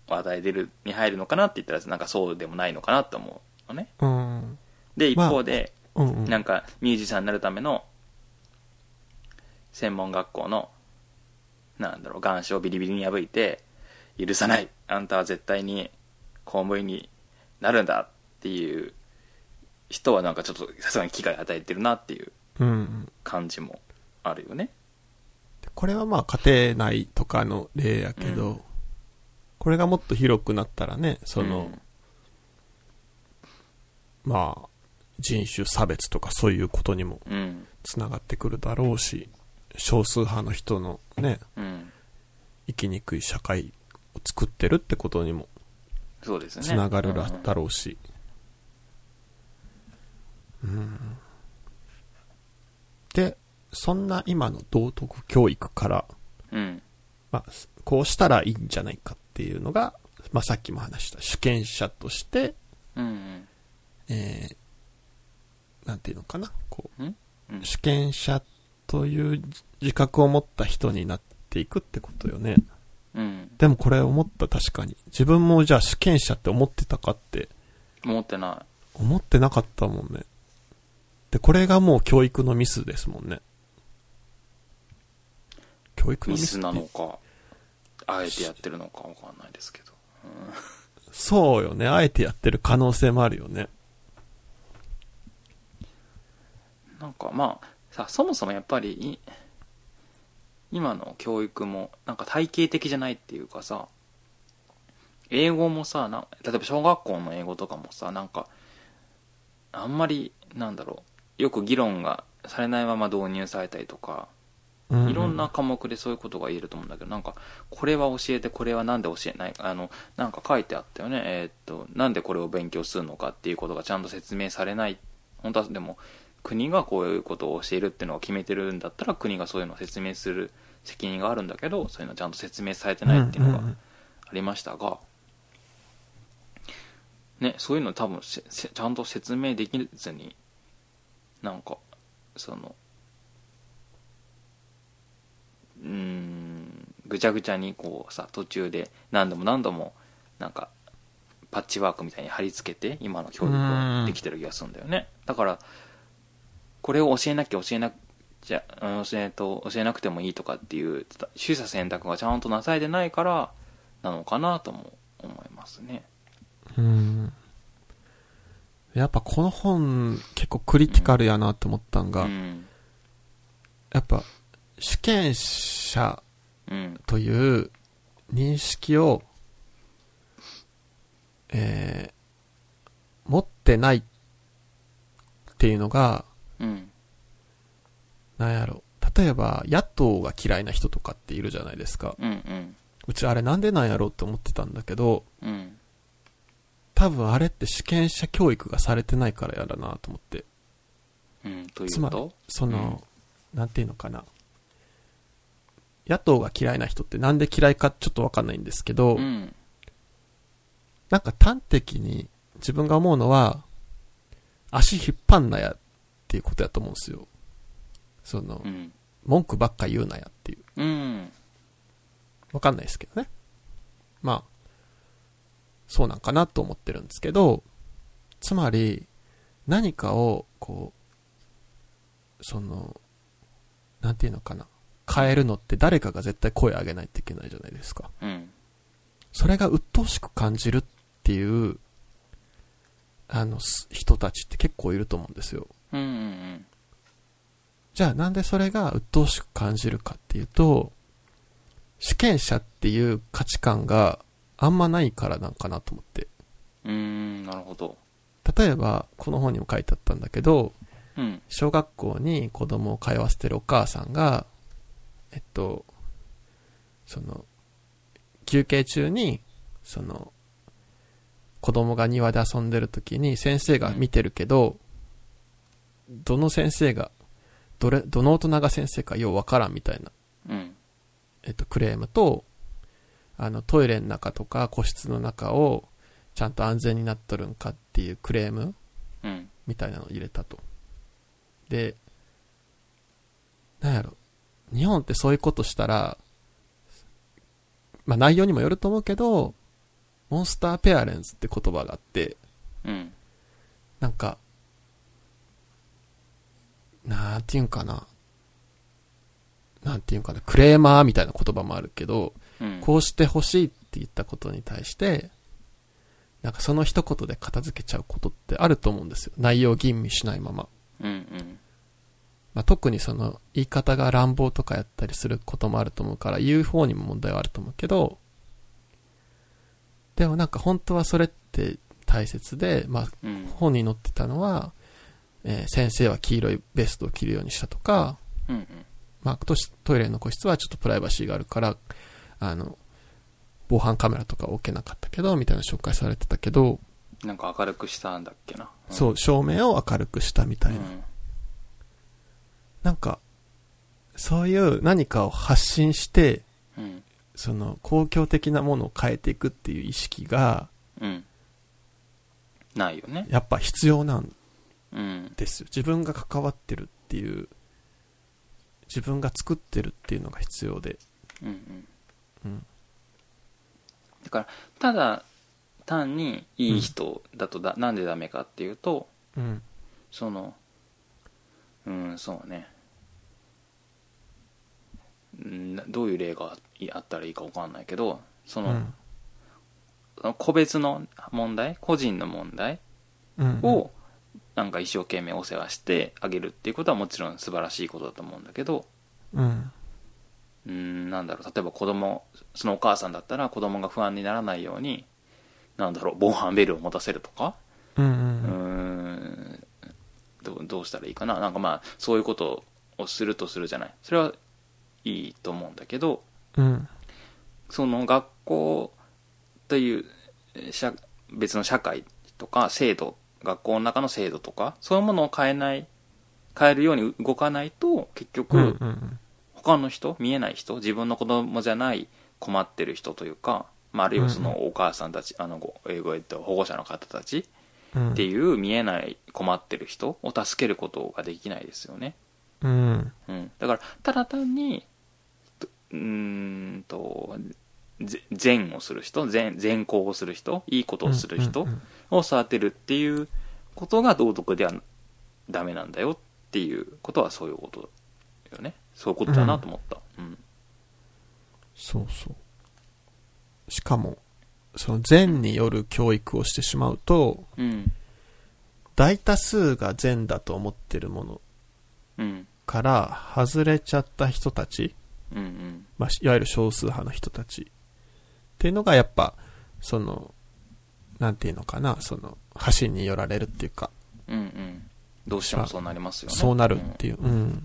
A: を与えてるに入るのかなって言ったらなんかそうでもないのかなと思うのね
B: うん。
A: で一
B: まあ
A: 方で、
B: うん。
A: なんかミュージシャンになるための専門学校のなんだろう願書をビリビリに破いて許さないあんたは絶対に公務員になるんだっていう人はなんかちょっとさすがに危害与えてるなっていう
B: うん。
A: 感じもあるよね
B: これはまあ家庭内とかの例やけど、
A: う
B: これがもっと広くなったらね、その、まあ、人種差別とかそういうことにも
A: うんうん
B: つながってくるだろうし、少数派の人のね、
A: うん
B: 生きにくい社会を作ってるってことにも
A: そうですね
B: つながるだだ
A: ろ
B: ろうし。うん。で、そんな今の道徳教育から、
A: うん、うん
B: まあ、すこうしたらいいんじゃないかっていうのが、まあ、さっきも話した主権者として、
A: うん
B: えー、なんていうのかな、こ
A: うんうんうん
B: う、主権者という自覚を持った人になっていくってことよね。
A: うん
B: でもこれ思った確かに。自分もじゃあ主権者って思ってたかって、
A: 思ってな
B: 思ってなかったもんね。で、これがもう教育のミスですもんね。教育
A: い
B: の
A: ミ
B: ミス
A: ス
B: って
A: なのかあえてやってるのかわかんないですけど
B: そうよね。あえてやってる可能性もあるよね。
A: なんかまあさそもそもやっぱりい今の教育もなんか体系的じゃないっていうかさ英語もさな例えば小学校の英語とかもさなんかあんまりなんだろうよく議論がされないまま導入されたりとか
B: うん
A: いろんな科目でそういうことが言えると思うんだけど、なんか、これは教えて、これはなんで教えないあの、なんか書いてあったよね。えーっと、なんでこれを勉強するのかっていうことがちゃんと説明されない。本当は、でも、国がこういうことを教えるっていうのを決めてるんだったら、国がそういうのを説明する責任があるんだけど、そういうのちゃんと説明されてないっていうのが
B: んん
A: ありましたが、ね、そういうの多分せせちゃんと説明できずになんかそのうーんぐちゃぐちゃにこうさ途中で何度も何度もなんかパッチワークみたいに貼り付けて今の教育ができてる気がするんだよねだからこれを教えなきゃ教えなじゃうん教えと教えなくてもいいとかっていう取捨選択がちゃんとなされてないからなのかなとも思いますね
B: うんうんやっぱこの本結構クリティカルやなと思ったん
A: う
B: が、
A: ん
B: やっぱ主権者
A: うん
B: という認識を、えー、持ってないっていうのが、
A: うん
B: なんやろ。例えば、野党が嫌いな人とかっているじゃないですか。
A: うんうん
B: うちあれなんでなんやろうって思ってたんだけど、
A: うん
B: 多分あれって主権者教育がされてないからやだなと思って。
A: うんとい
B: つ
A: う
B: まり
A: と、
B: その、なんていうのかな。野党が嫌いな人ってなんで嫌いかちょっとわかんないんですけ
A: う
B: ど、
A: ん
B: なんか端的に自分が思うのは、足引っ張んなやっていうことやと思うんですよ。その
A: う、ん
B: 文句ばっか言うなやっていう。
A: うん
B: わかんないですけどね。まあ、そうなんかなと思ってるんですけど、つまり、何かを、こう、その、なんていうのかな。変えるのって誰かが絶対声上げないといけないじゃないですか。
A: うん
B: それが鬱陶しく感じるっていう、あの、す人たちって結構いると思うんですよ。
A: うんうん
B: じゃあなんでそれが鬱陶しく感じるかっていうと、主権者っていう価値観があんまないからなんかなと思って。
A: ううーんなるほど
B: 例えば、この本にも書いてあったんだけど、
A: うん
B: 小学校に子供を通わせてるお母さんが、えっと、その、休憩中に、その、子供が庭で遊んでる時に先生が見てるけど、どの先生が、どれ、どの大人が先生かようわからんみたいな、
A: うん
B: えっと、クレームと、あの、トイレの中とか個室の中を、ちゃんと安全になっとるんかっていうクレーム、
A: うん
B: みたいなのを入れたと。で、なんやろ。日本ってそういうことしたら、まあ内容にもよると思うけど、モンスターペアレンツって言葉があって、
A: うん
B: なんか、なんていうんかな。なんていうんかな。クレーマーみたいな言葉もあるけど、
A: うん
B: こうしてほしいって言ったことに対して、なんかその一言で片付けちゃうことってあると思うんですよ。内容を吟味しないまま。
A: うんうん
B: まあ、特にその言い方が乱暴とかやったりすることもあると思うから言う方にも問題はあると思うけど、でもなんか本当はそれって大切で、まあ
A: うん
B: 本に載ってたのは、えー先生は黄色いベストを着るようにしたとか、
A: うんうん
B: まあ、トシトイレの個室はちょっとプライバシーがあるから、あの、防犯カメラとか置けなかったけど、みたいな紹介されてたけど、
A: なんか明るくしたんだっけな、うん、
B: そう、照明を明るくしたみたいな。
A: うん
B: なんか、そういう何かを発信して、
A: うん
B: その公共的なものを変えていくっていう意識が、
A: うんないよね
B: やっぱ必要なん
A: うん
B: ですよ。自分が関わってるっていう、自分が作ってるっていうのが必要で。
A: うんうん
B: うん。
A: だからただ単にいい人だとだ、なんでダメかっていうと
B: うん。
A: そのうんそうねうんどういう例があったらいいか分かんないけどそうの、
B: ん。
A: その個別の問題個人の問題
B: うん。
A: をなんか一生懸命お世話してあげるっていうことはもちろん素晴らしいことだと思うんだけど
B: うん。
A: うーんなんだろう例えば子供そのお母さんだったら子供が不安にならないようになんだろう防犯ベルを持たせるとか
B: うん。う
A: うー
B: ん。
A: んどうどうしたらいいかななんかまあそういうことをするとするじゃないそれはいいと思うんだけど
B: うん。
A: その学校というえー社別の社会とか制度学校の中の制度とかそういうものを変えない変えるように動かないと結局、
B: うん。
A: 他の人見えない人自分の子供じゃない困ってる人というか、まあ、あるいはそのお母さんたち、あのごえーえっと保護者の方たち
B: うん。
A: っていう見えない困ってる人を助けることができないですよね、
B: うん。
A: うん、だからただ単にとうーんとぜ善をする人善善行をする人いいことをする人
B: うん
A: を育てるっていうことが道徳ではダメなんだよっていうことはそういうことよねそういうことだなと思った、うん
B: そうそう。しかも、その善による教育をしてしまうと、
A: うん
B: 大多数が善だと思ってるもの
A: うん
B: から外れちゃった人たち、
A: うんうん
B: まあ、いわゆる少数派の人たちっていうのがやっぱそのなんていうのかなその橋に寄られるっていうか
A: うんうんどうしてもそうなりますよね
B: そうなるっていううん、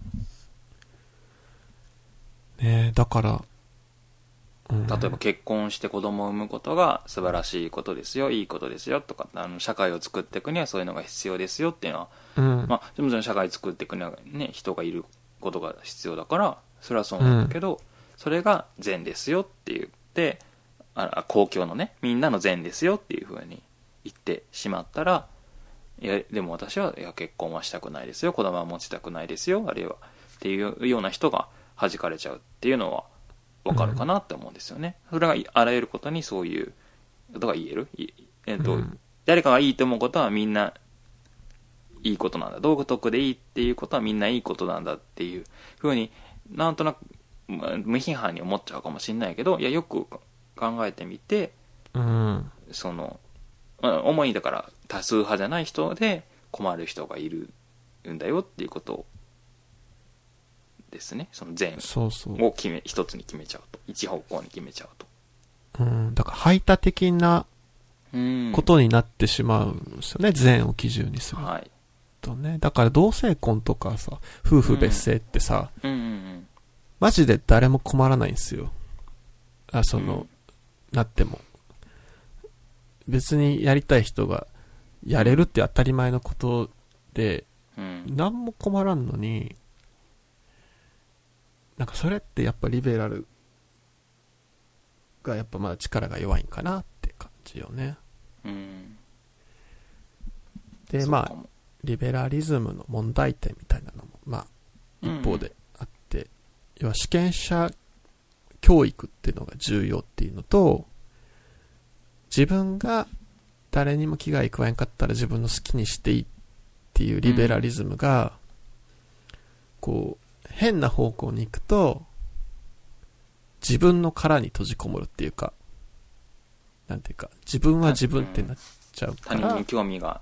B: ねえだから、うん
A: 例えば結婚して子供を産むことが素晴らしいことですよいいことですよとかあの社会を作っていくにはそういうのが必要ですよっていうのは
B: うん、
A: まあ、もちろん社会作っていくにはね人がいることが必要だからそれはそうなんだけど、それが善ですよって言ってああ公共のねみんなの善ですよっていうふうに言ってしまったらいやでも私はいや結婚はしたくないですよ子供は持ちたくないですよあるいはっていうような人が弾かれちゃうっていうのはわかるかなって思うんですよね、それがいあらゆることにそういうことが言えるいえっと、
B: うん
A: 誰かがいいと思うことはみんないいことなんだ道徳でいいっていうことはみんないいことなんだっていうふうになんとなくまあ無批判に思っちゃうかもしれないけどいやよく考えてみて
B: うん
A: その、まあ、主にだから多数派じゃない人で困る人がいるんだよっていうことですねその善
B: そうそう、
A: を決め一つに決めちゃうと一方向に決めちゃうと
B: うん、だから排他的な
A: うん
B: ことになってしまうんですよね。善を基準にする
A: はい
B: とね。だから同性婚とかさ、夫婦別姓ってさ、
A: うんうんうん
B: マジで誰も困らないんですよ。あ、その、なっても。別にやりたい人がやれるって当たり前のことで、
A: うんうん
B: 何も困らんのに、なんかそれってやっぱリベラルがやっぱまだ力が弱いんかなって感じよね。
A: うん
B: で、
A: そう
B: ま
A: か
B: あ、
A: も
B: リベラリズムの問題点みたいなのも、まあ、
A: うん
B: 一方であって、要は主権者教育っていうのが重要っていうのと、自分が誰にも危害加えんかったら自分の好きにしていいっていうリベラリズムが、こう、変な方向に行くと、自分の殻に閉じこもるっていうか、なんていうか、自分は自分ってなっちゃうか
A: 他
B: ら、
A: 人に興味が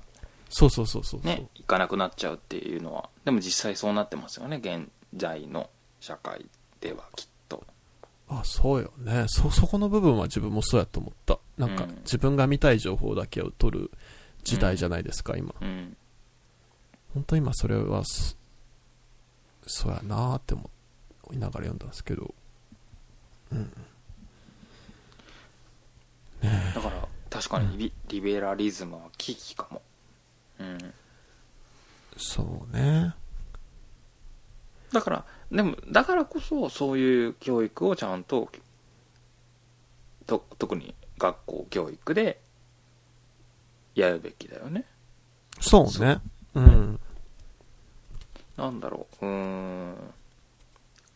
B: そうそうそうそうそう、
A: ねいかなくなっちゃうっていうのはでも実際そうなってますよね現在の社会ではきっと
B: あ、そうよね。そ、そこの部分は自分もそうやと思った。なんか
A: うん、
B: 自分が見たい情報だけを取る時代じゃないですか、今。
A: うん
B: 本当今それはそ、そうやなーって思いながら読んだんですけど。
A: だから確かにリリベラリズムは危機かもうん
B: そうね。
A: だからでもだからこそそういう教育をちゃんとと特に学校教育でやるべきだよね
B: そうね。うん。
A: なんだろううーん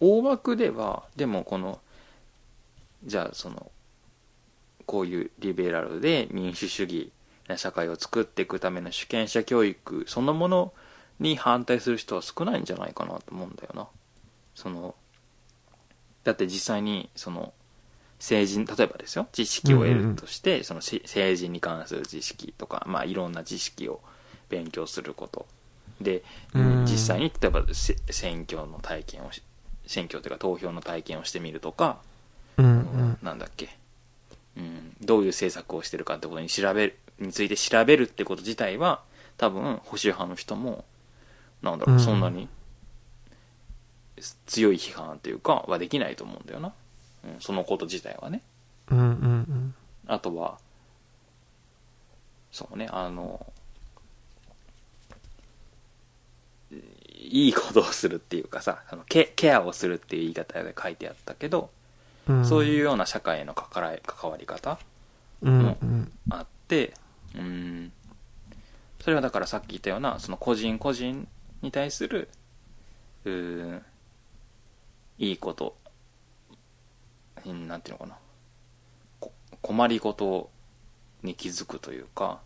A: 大枠ではでもこのじゃあそのこういうリベラルで民主主義な社会を作っていくための主権者教育そのものに反対する人は少ないんじゃないかなと思うんだよなそのだって実際にその政治例えばですよ知識を得るとして、そのせ政治に関する知識とか、まあ、いろんな知識を勉強することで、
B: うん
A: 実際に例えばせ選挙の体験をし選挙というか投票の体験をしてみるとか、
B: うんう
A: あの
B: ん。
A: なんだっけ、うん、どういう政策をしてるかってことに調べるについて調べるってこと自体は多分保守派の人もなんだろう、
B: うん
A: そんなに強い批判というかはできないと思うんだよな、うん、そのこと自体はね
B: うんうんうん。
A: あとはそうねあのいいことをするっていうかさあのケケアをするっていう言い方で書いてあったけど、
B: うん
A: そういうような社会への関わり関わり方
B: うんうん。
A: あってうんそれはだからさっき言ったようなその個人個人に対するうーんいいことうんなんていうのかなこ困りごとに気づくというか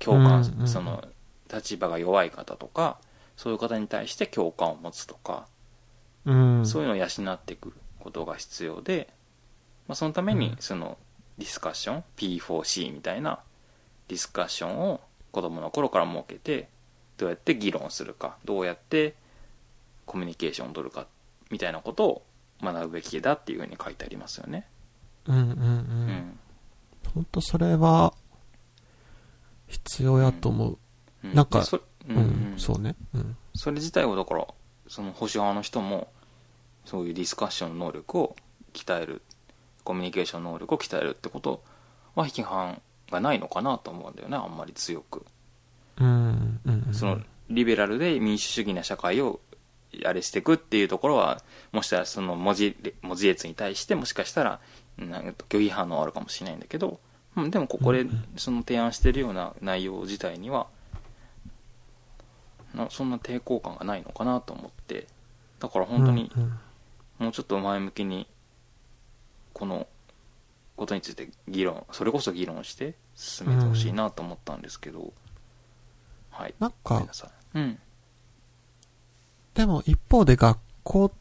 A: 共感、
B: うんうんうん
A: その立場が弱い方とかそういう方に対して共感を持つとか、
B: うん。
A: そういうのを養っていくことが必要で、まあ、そのため
B: う
A: に
B: ん
A: そのディスカッション P4C みたいなディスカッションを子供の頃から設けてどうやって議論するかどうやってコミュニケーションを取るかみたいなことを学ぶべきだっていうふうに書いてありますよね。
B: うんうん
A: うん
B: う。
A: ん
B: 本当それは、必要やと思う。
A: う
B: なんか
A: でそ,、う
B: うんん、
A: うん
B: そうね。うん。
A: それ自体をだからその保守派の人もそういうディスカッションの能力を鍛えるコミュニケーション能力を鍛えるってことは批判がないのかなと思うんだよねあんまり強く
B: うんうんうん。
A: そのリベラルで民主主義な社会をあれしていくっていうところはもしかしたらその文字文字列に対してもしかしたらなんか拒否反応はあるかもしれないんだけどうんでもここ
B: う
A: で
B: んうん
A: その提案してるような内容自体にはなそんな抵抗感がないのかなと思ってだから本当に
B: うんうん
A: もうちょっと前向きにこのことについて議論それこそ議論して進めてほしいなと思ったんですけど、はい
B: なん
A: ごめ
B: か
A: んな、さいうん
B: でも一方で学校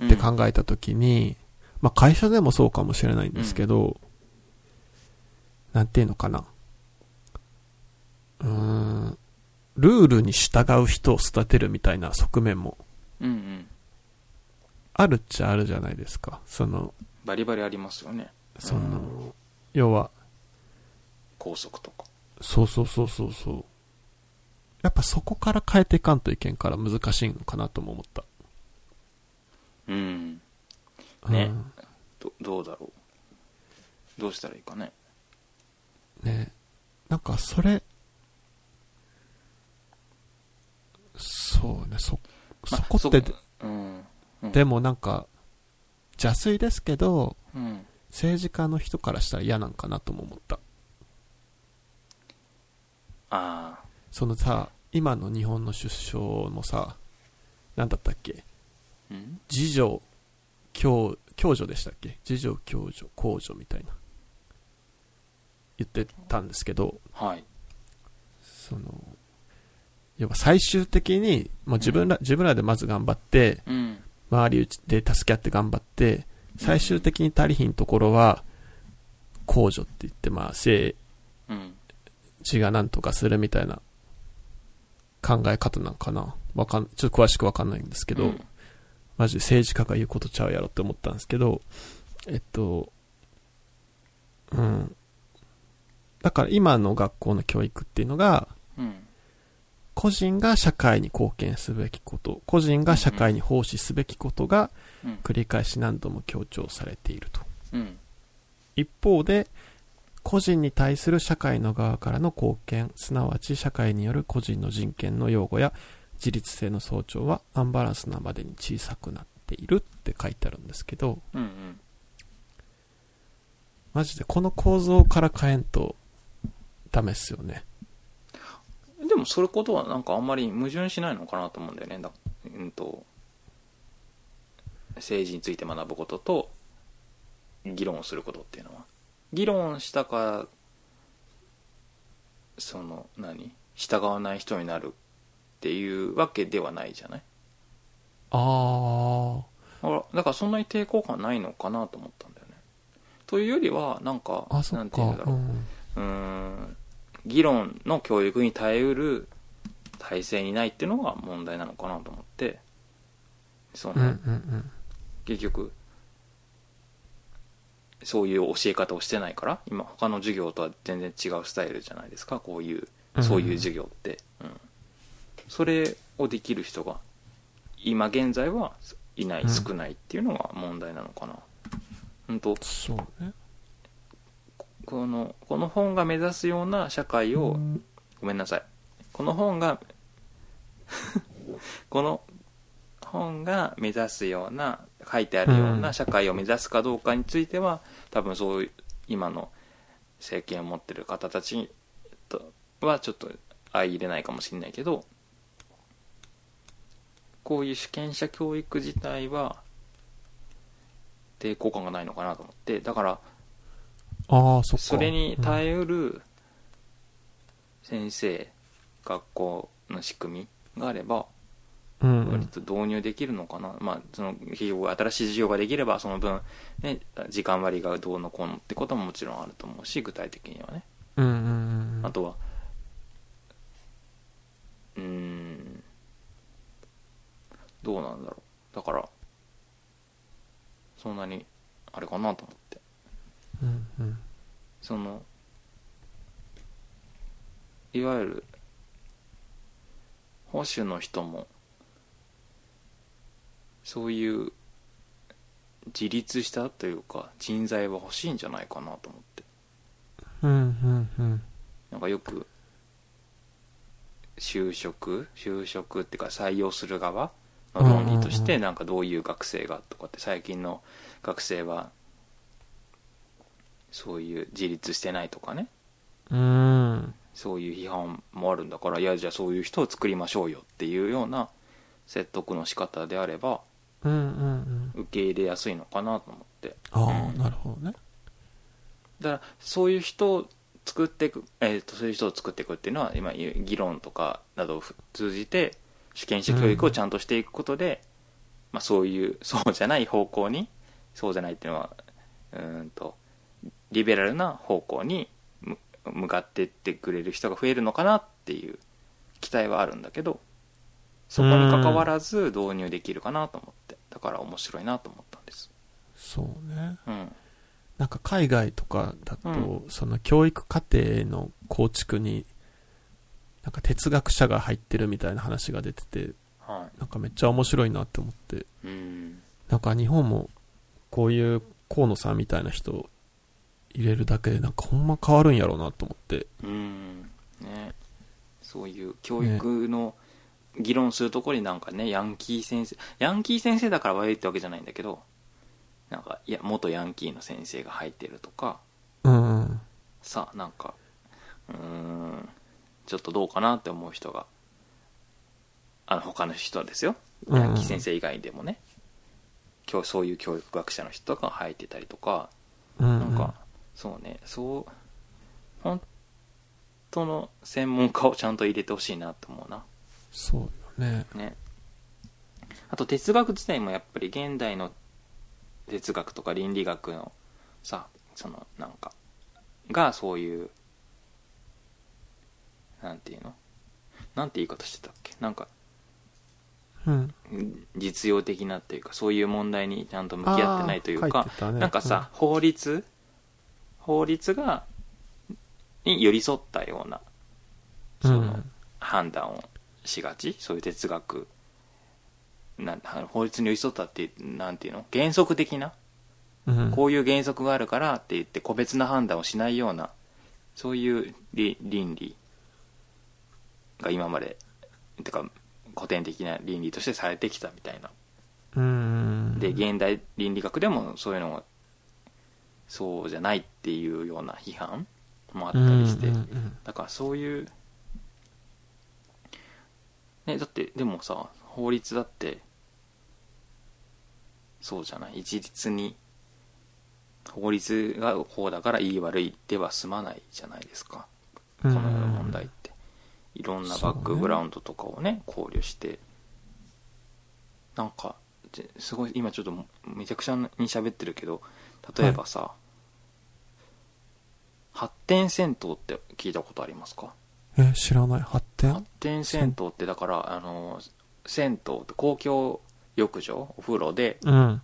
A: うん
B: って考えたときに、まあ会社でもそうかもしれないんですけど、なんていうのかな。うーん、ルールに従う人を育てるみたいな側面も
A: うんうん
B: あるっちゃあるじゃないですか。その、
A: バリバリありますよね
B: そ
A: う
B: の、要は、
A: 拘束とか
B: そうそうそうそうそう。やっぱそこから変えていかんといけんから難しいのかなとも思った。
A: うんね
B: うん
A: どどうだろうどうしたらいいかね
B: ねなんかそれ、そうね、そ、
A: ま
B: そ
A: あ
B: こって、
A: うんうん
B: でもなんか、邪推ですけど、
A: うん
B: 政治家の人からしたら嫌なんかなとも思った。
A: ああ
B: そのさ、今の日本の首相もさ、なんだったっけ
A: うん
B: 次女、共、共助でしたっけ次女、共助、公助みたいな。言ってたんですけど、
A: はい
B: その、要は最終的に、もう自分ら、自分らでまず頑張って、
A: うん
B: 周りで助け合って頑張って、最終的に足りひんところは、公助って言って、まあ、政
A: うん
B: 治がなんとかするみたいな考え方なんかな。わかん、ちょっと詳しくわかんないんですけど、
A: うん
B: マジで政治家が言うことちゃうやろって思ったんですけど、えっと、うん。だから今の学校の教育っていうのが、
A: うん
B: 個人が社会に貢献すべきこと、個人が社会に奉仕すべきことが
A: うん
B: 繰り返し何度も強調されていると。
A: うん
B: 一方で、個人に対する社会の側からの貢献、すなわち社会による個人の人権の擁護や自立性の尊重はアンバランスなまでに小さくなっているって書いてあるんですけど、
A: うんうん
B: マジでこの構造から変えんとダメっすよね。
A: でもそれことはなんかあんまり矛盾しないのかなと思うんだよねだうんと政治について学ぶことと議論をすることっていうのは議論したからその何従わない人になるっていうわけではないじゃない
B: あ
A: だからだからそんなに抵抗感ないのかなと思ったんだよねというよりはなんか
B: あ、そ
A: な
B: っ
A: んていうんだ。
B: かう、
A: ろうんうーん議論の教育に耐えうる体制にないっていうのが問題なのかなと思ってその、
B: うん、うん、うん。
A: 結局そういう教え方をしてないから今他の授業とは全然違うスタイルじゃないですかこういう
B: うん
A: そういう授業って、うんそれをできる人が今現在はいな
B: うん
A: い少ないっていうのが問題なのかな、うん、と
B: そうね。
A: このこの本が目指すような社会をごめんなさいこの本が この本が目指すような書いてあるよう
B: う
A: なん社会を目指すかどうかについては多分そういう今の政権を持ってる方たちとはちょっと相入れないかもしれないけどこういう主権者教育自体は抵抗感がないのかなと思ってだから
B: ああ、そっか。
A: それに
B: え、
A: 耐えうる先生、学校の仕組みがあれば
B: うん、う
A: 割
B: ん。
A: と導入できるのかな、まあその企業が新しい事業ができればその分、ね、時間割がどうのこうのってことももちろんあると思うし具体的にはね
B: うん、うん、うん。
A: あとはうーんどうなんだろうだからそんなにあれかなと思って
B: うん、うん。
A: そのいわゆる保守の人もそういう自立したというか人材は欲しいんじゃないかなと思って
B: うん、うん、うん。
A: なんかよく就職就職っていうか採用する側の論理とし
B: うんうんう
A: て
B: ん
A: なんかどういう学生がとかって最近の学生はそういう自立してないとかね
B: うん。
A: そういう批判もあるんだからいやじゃあそういう人を作りましょうよっていうような説得の仕方であれば
B: うん、うん、うん。
A: 受け入れやすいのかなと思って
B: あ
A: う
B: あ、
A: ん
B: なるほどね。
A: だからそういう人を作っていく、えー、とそういう人を作っていくっていうのは今言う議論とかなどを通じて主権者教育をちゃんとしていくことで、まあ、そういうそうじゃない方向にそうじゃないっていうのはうーんとリベラルな方向にむ向かっていってくれる人が増えるのかなっていう期待はあるんだけどそこに関わらず導入できるかなと思ってだから面白いなと思ったんです。
B: そうね。
A: うん、
B: なんか海外とかだと、
A: う
B: その教育課程の構築に、なんか哲学者が入ってるみたいな話が出てて、
A: は
B: なんかめっちゃ面白いなって思って、
A: い。うん。
B: なんか日本もこういう河野さんみたいな人入れるだけでなんかほんま変わるんやろうなと思って、
A: うん。ね。そういう教育の議論するところになんかね、ヤンキー先生、ヤンキー先生だから悪いってわけじゃないんだけど、なんか、いや、元ヤンキーの先生が入ってるとか、
B: うんうん。
A: さ、なんか、うーん、ちょっとどうかなって思う人が、あの、他の人ですよ。
B: うんうん
A: ヤンキー先生以外でもね、今日そういう教育学者の人が入ってたりとか、
B: うん、う
A: なん
B: ん。
A: か、そうね、そう、本当の専門家をちゃんと入れてほしいなと思うな。
B: そうよね。
A: ね。あと哲学自体もやっぱり現代の哲学とか倫理学のさ、そのなんか、がそういう、なんていうのなんて言い方してたっけなんか、
B: うん。
A: ん実用的なっていうか、そういう問題にちゃんと向き合ってないという
B: あー
A: か
B: 書、てたね
A: なんかさ、、法律法律が、に寄り添ったような
B: う
A: そ
B: ん、
A: の
B: うん
A: 判断をしがちそういう哲学なんあの法律に寄り添ったってなんていうの原則的な
B: うん
A: こういう原則があるからって言って個別な判断をしないようなそういうり倫理が今までてか古典的な倫理としてされてきたみたいな
B: うん
A: で現代倫理学でもそういうのがそうじゃないっていうような批判もあったりして、
B: うんうん
A: だからそういう、ね、だってでもさ法律だってそうじゃない一律に法律がこうだからいい悪いでは済まないじゃないですか
B: う
A: こ
B: ん
A: の世の問題っていろんなバックグラウンドとかをね考慮してなんかぜすごい今ちょっともめちゃくちゃに喋ってるけど例えばさ、発展戦闘って聞いたことありますか
B: え、知らない。発
A: 発
B: 展
A: 展銭湯ってだからあの銭湯って公共浴場お風呂で
B: うん。
A: ま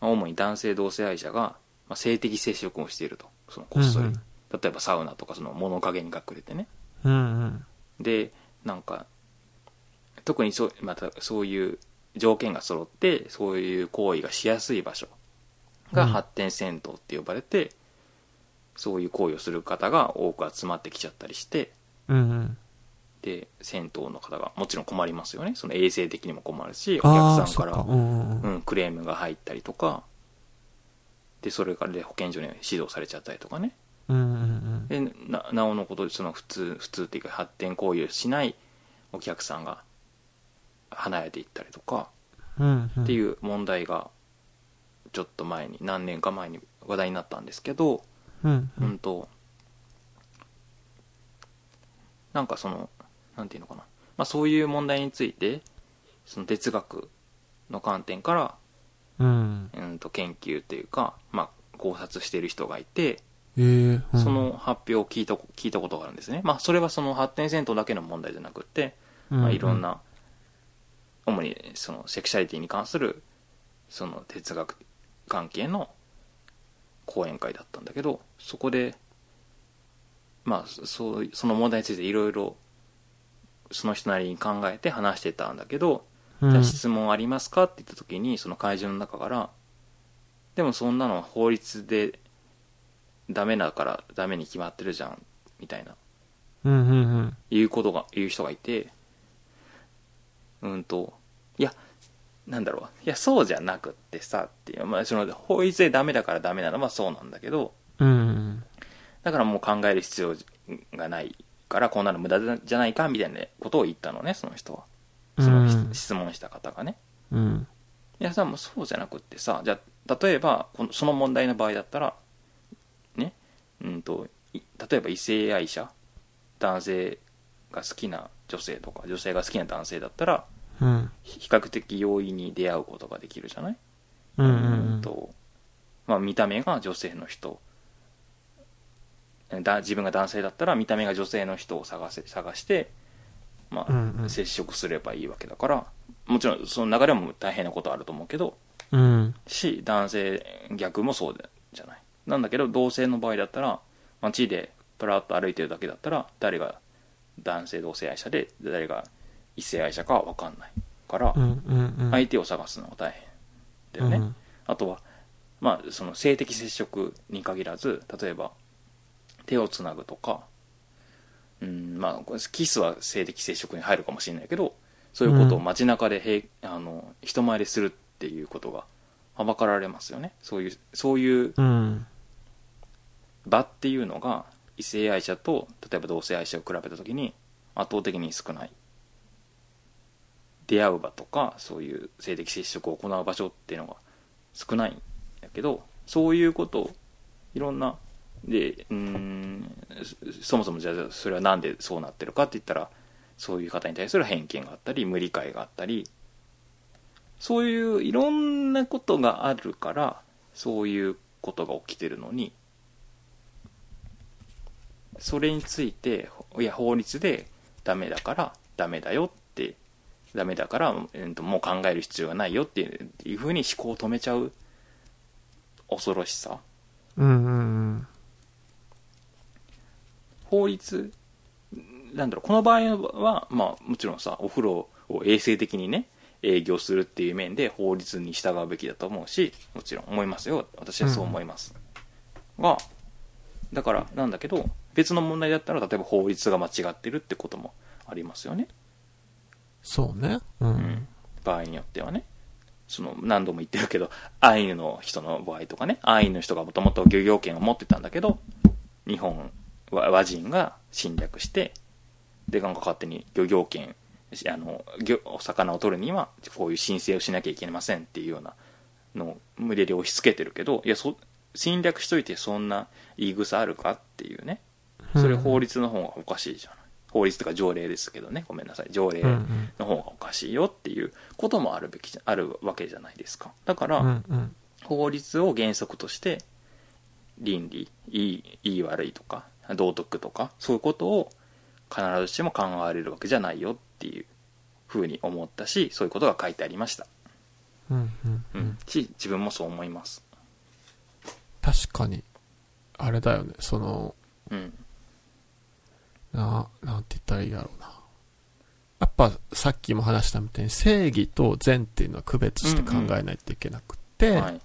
A: あ主に男性同性愛者が、まあ、性的接触をしているとそのこっそり、
B: うんうん
A: 例えばサウナとかその物陰に隠れてね
B: うんうん。
A: でなんか特にそうまたそういう条件が揃ってそういう行為がしやすい場所が
B: うん
A: 発展銭湯って呼ばれて、そういう行為をする方が多く集まってきちゃったりして
B: うんうん。
A: で銭湯の方がもちろん困りますよねその衛生的にも困るしお
B: ああ、
A: 客さ
B: そ
A: ん
B: っ
A: から
B: か。うんうんう。
A: うんん、クレームが入ったりとかでそれからで保健所に指導されちゃったりとかね
B: うんうん
A: でななおのことでその普通普通っていうか発展行為をしないお客さんが離れていったりとか
B: うん。うんうん。。
A: っていうう問題がちょっと前に何年か前に話題になったんですけど、
B: うんう
A: うんんと、なんかその、なんていうのかな。まあそういう問題について、その哲学の観点から、
B: うん。
A: うんと研究というか、まあ考察している人がいて、
B: ええ。うん
A: そ、の発表を聞いた、聞いたことがあるんですね。まあそれはその発展戦闘だけの問題じゃなくて、まあいろんな、主にそのセクシャリティに関する、その哲学関係の講演会だったんだけど、そこで、まあ、そそう、その問題についていろいろ、その人なりに考えて話してたんだけど、
B: うん、
A: じゃあ
B: うん
A: 質問ありますかって言った時にその会場の中からでもそんなのは法律でダメだからダメに決まってるじゃんみたいな
B: うんうん
A: 言うことが言う人がいてうんといやなんだろういやそうじゃなくってさっていう、まあ、その法律でダメだからダメなのはそうなんだけど
B: うん。うんうん。
A: だからもう考える必要がないからこんなの無駄じゃないかみたいなことを言ったのねその人はその
B: うん
A: 質問した方がね
B: うん。
A: いやさもうそうじゃなくってさじゃあ例えばこのその問題の場合だったらねうんとい例えば異性愛者男性が好きな女性とか女性が好きな男性だったら
B: うん。
A: ひ比較的容易に出会うことができるじゃない、
B: うんう
A: うん
B: ん
A: とまあ、見た目が女性の人だ自分が男性だったら見た目が女性の人を探せ探して、まあ
B: うんうん
A: 接触すればいいわけだからもちろんその中でも大変なことあると思うけど
B: うん。
A: し男性逆もそうじゃないなんだけど同性の場合だったら街でプラッと歩いてるだけだったら誰が男性同性愛者で誰が異性愛者かは分かんないから
B: うんうんうん。
A: 相手を探すのが大変だよね、
B: うん
A: あとは、まあ、その性的接触に限らず例えば手をつなぐとかうんまあこれキスは性的接触に入るかもしれないけどそういうことを街中で平、あの人前でするっていうことがはばかられますよねそういうそういう
B: うん。
A: 場っていうのが異性愛者と例えば同性愛者を比べた時に圧倒的に少ない出会う場とかそういう性的接触を行う場所っていうのが少ないんだけどそういうことをいろんなでうーんそそもそもじゃあそれはなんでそうなってるかって言ったらそういう方に対する偏見があったり無理解があったりそういういろんなことがあるからそういうことが起きてるのにそれについていや法律でダメだからダメだよってダメだから、えーともう考える必要がないよっていういうふうに思考を止めちゃう恐ろしさ
B: うんうん
A: 法律なんだろうこの場合は、まあ、もちろんさお風呂を衛生的にね営業するっていう面で法律に従うべきだと思うしもちろん思いますよ私はそう思います、がだからなんだけど別の問題だったら例えば法律が間違ってるってこともありますよね
B: そうね。う
A: うんん。場合によってはねその何度も言ってるけどアイヌの人の場合とかねアイヌの人がもともと漁業権を持ってたんだけど日本和和人が侵略してでなんか勝手に漁業権あの漁お魚を取るにはこういう申請をしなきゃいけませんっていうようなのを無理やり押し付けてるけどいやそ侵略しといてそんな言い草あるかっていうねそれ法律の方がおかしいじゃない法律とか条例ですけどねごめんなさい条例、
B: うんうん。
A: の方がおかしいよっていうこともあるべきじゃあるわけじゃないですかだから、
B: うんうん。
A: 法律を原則として倫理いいいい悪いとか道徳とかそういうことを必ずしも考えられるわけじゃないよっていうふうに思ったしそういうことが書いてありました、
B: うんうん
A: う
B: うんん。
A: し自分もそう思います
B: 確かに、あれだよね。その、
A: うん
B: な、なんて言ったらいいだろうな。やっぱさっきも話したみたいに正義と善っていうのは区別して考えないといけなくって、
A: はい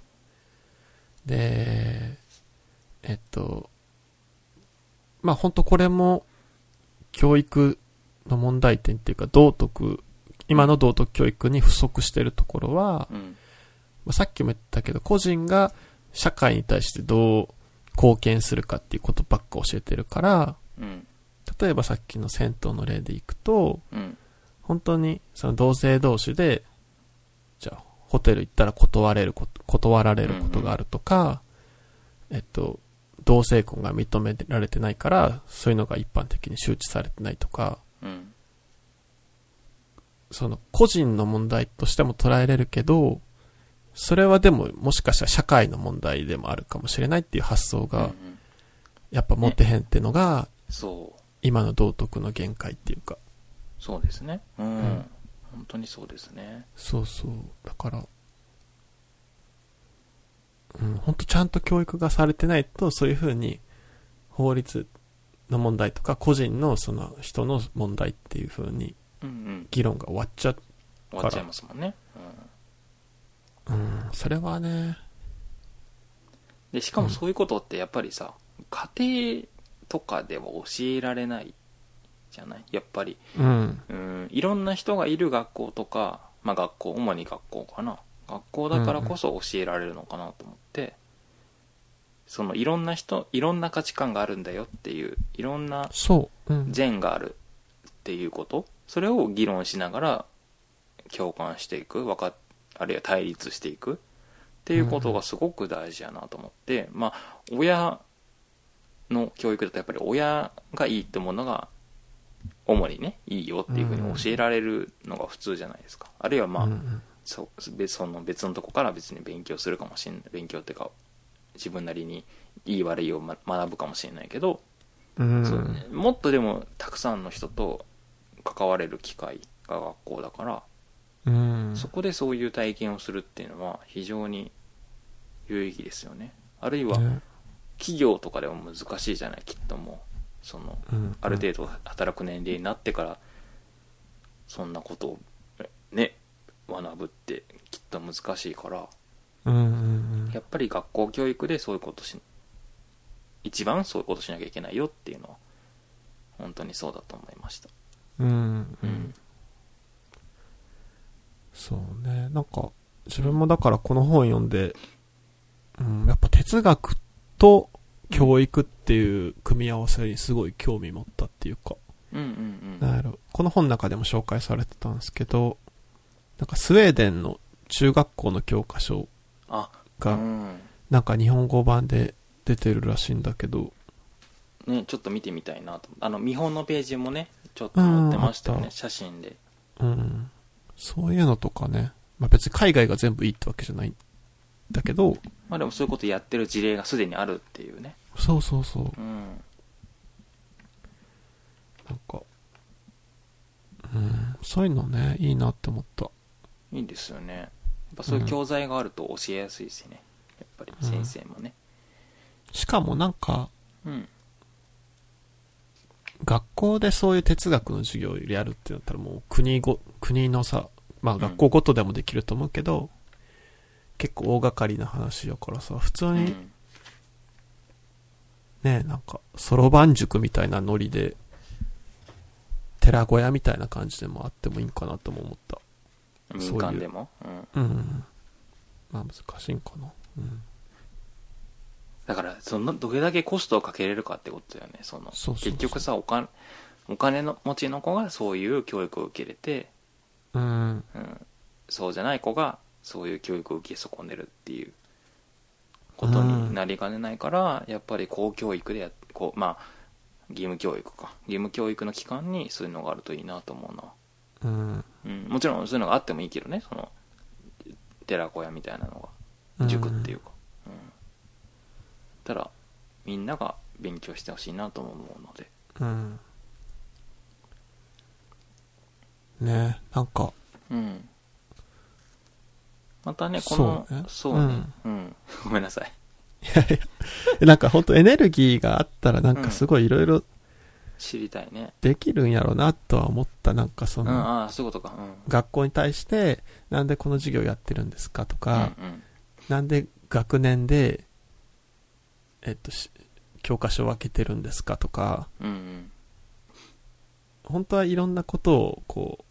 B: で、えっと、まあ本当これも教育の問題点っていうか道徳、今の道徳教育に不足してるところは、
A: うん
B: まあさっきも言ったけど個人が社会に対してどう貢献するかっていうことばっか教えてるから、
A: うん
B: 例えばさっきの銭湯の例でいくと、
A: うん
B: 本当にその同性同士でじゃあホテル行ったら断れること断られることがあるとか、えっと同性婚が認められてないからそういうのが一般的に周知されてないとか
A: うん
B: その個人の問題としても捉えれるけどそれはでももしかしたら社会の問題でもあるかもしれないっていう発想
A: うんう
B: が
A: ん
B: やっぱ持ってへんってのが
A: そう
B: 今の道徳の限界っていうか
A: そうですねうん、
B: うん
A: 本当にそうですね
B: そうそう。だから、うん、ほんとちゃんと教育がされてないと、そういうふうに、法律の問題とか、個人のその人の問題っていうふうに、
A: うんうん
B: 議論が終わっちゃ
A: 終わっちゃいますもんね、うん
B: う。うん、それはね、
A: でしか
B: う
A: も
B: ん
A: そういうことってやっぱりさ、家庭とかでは教えられないじゃないやっぱり
B: うん、
A: うんいろんな人がいる学校とか、まあ、学校主に学校かな学校だからこそ教えられるのかなと思って、そのいろんな人いろんな価値観があるんだよっていういろんな
B: そう、うん。
A: 善があるっていうことそれを議論しながら共感していくわかあるいは対立していくっていうことがすごく大事やなと思って、まあ親の教育だとやっぱり親がいいってものが主にねいいよっていうふうに教えられるのが普通じゃないですか、あるいはまあ、
B: うんうん
A: そ別その別のとこから別に勉強するかもしれない勉強っていうか自分なりにいい悪いを、ま、学ぶかもしれないけど、
B: うん、
A: そうねもっとでもたくさんの人と関われる機会が学校だから、
B: うん、
A: そこでそういう体験をするっていうのは非常に有意義ですよねあるいは
B: ね
A: 企業とかでも難しいじゃないきっともうその
B: うん
A: ある程度働く年齢になってからそんなことをね学ぶってきっと難しいから
B: うんうんうん
A: やっぱり学校教育でそういうことし一番そういうことしなきゃいけないよっていうのは本当にそうだと思いました
B: うんうんそうねなんか自分もだからこの本読んで、うん、やっぱ哲学と教育っていう組み合わせにすごい興味持ったっていうか
A: うんうんうん
B: なんやろこの本の中でも紹介されてたんですけどなんかスウェーデンの中学校の教科書
A: あう
B: が
A: ん
B: なんか日本語版で出てるらしいんだけど
A: ねちょっと見てみたいなとあの見本のページもねちょっと載ってましたよ
B: うんあ
A: ね
B: った
A: 写真で
B: うん。そういうのとかね。まあ、別に海外が全部いいってわけじゃないんだけど、
A: まあでもそういうことやってる事例がすでにあるっていうね
B: そうそうそう。
A: うん
B: なんか、うん、そういうのね、いいなって思った。
A: いいですよねやっぱそういう教材があると教えやすいしねやっぱり先生もね
B: しかもなんか、
A: うん
B: 学校でそういう哲学の授業をやるってなったらもう国ご、国のさ、まあ学校ごとでもできると思うけど、結構大掛かりな話だからさ、普通
A: う
B: に
A: ん
B: ね、なんか、そろばん塾みたいなノリで、寺小屋みたいな感じでもあってもいいんかなとも思った。
A: 民間でもうん
B: うん。まあ難しいんかな。うん。
A: だからそのどれだけコストをかけれるかってことだよねその
B: そうそうそう
A: 結局さお金お金の持ちの子がそういう教育を受けれて、
B: う
A: う
B: ん。
A: ん、そうじゃない子がそういう教育を受け損ねるっていうことになりかねないから、やっぱり公教育でやこうまあ義務教育か義務教育の期間にそういうのがあるといいなと思うな、
B: うん。
A: うん、もちろんそういうのがあってもいいけどねその寺子屋みたいなのが塾っていうか、うんただみんなが勉強してほしいなとも思うので
B: うん。ねえ、なんか、
A: うんまたねこの
B: そうね
A: そうねうん、 ごめんなさい
B: なんか本当エネルギーがあったらなんかすごいいろいろ
A: 知りたいね
B: できるんやろうなとは思った。なんかそ
A: うん、
B: の、
A: ああそういうことかうん
B: 学校に対して、なんでこの授業やってるんですかとか、
A: うんうん
B: なんで学年で、えっと、し教科書を分けてるんですかとか、
A: うんうん
B: 本当はいろんなことをこう、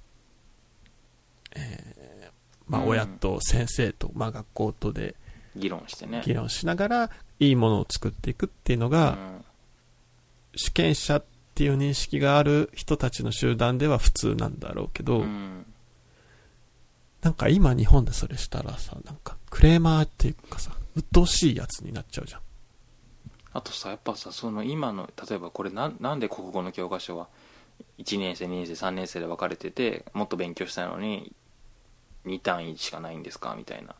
B: えーまあ
A: うん
B: 親と先生と、まあ学校とで
A: 議論してね
B: 議論しながらいいものを作っていくっていうの
A: う
B: が、
A: ん、
B: 主権者っていう認識がある人たちの集団では普通なんだろうけど、
A: うん、
B: なんか今日本でそれしたらさ、なんかクレーマーっていうかさ、鬱陶しいやつになっちゃうじゃん。
A: あとさやっぱさその今の例えばこれなんなんで国語の教科書は1年生2年生3年生で分かれててもっと勉強したいのに2単位しかないんですかみたいな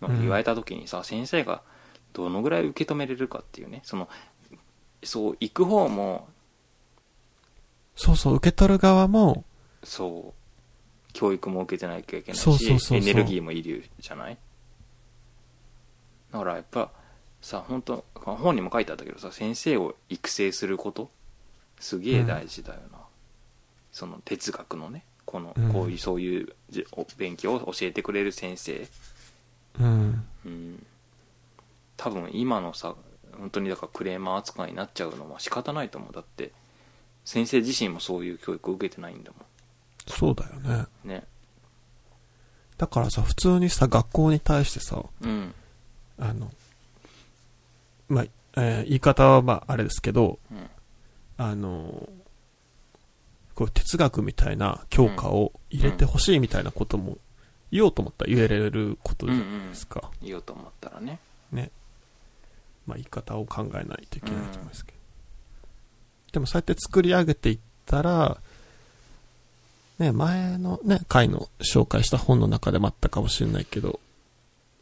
A: のを言われた時にさ、先生がどのぐらい受け止めれるかっていうねそのそう行く方も
B: そうそう、受け取る側も、
A: そう教育も受けてなきゃいけないし
B: そうそうそうそう
A: エネルギーもいるじゃないだからやっぱさ本当本にも書いてあったけどさ先生を育成することすげえ大事だよな、その哲学のねこの
B: うん
A: こういうそういうじお勉強を教えてくれる先生
B: うん、
A: うん多分今のさ本当にだからクレーマー扱いになっちゃうのは仕方ないと思うだって先生自身もそういう教育を受けてないんだも
B: そうだよね。
A: んね
B: だからさ、普通にさ、学校に対してさ、
A: うん
B: あの、まあ、えー言い方はまあ、あれですけど、
A: うん
B: あの、こう哲学みたいな教科を入れてほしいみたいなことも言おうと思ったら言えれることじゃないですか。
A: 言おうと思ったらね
B: ね。まあ、言い方を考えないといけないと思いますけど。でもそうやって作り上げていったら、ね、前のね、回の紹介した本の中でもあったかもしれないけど、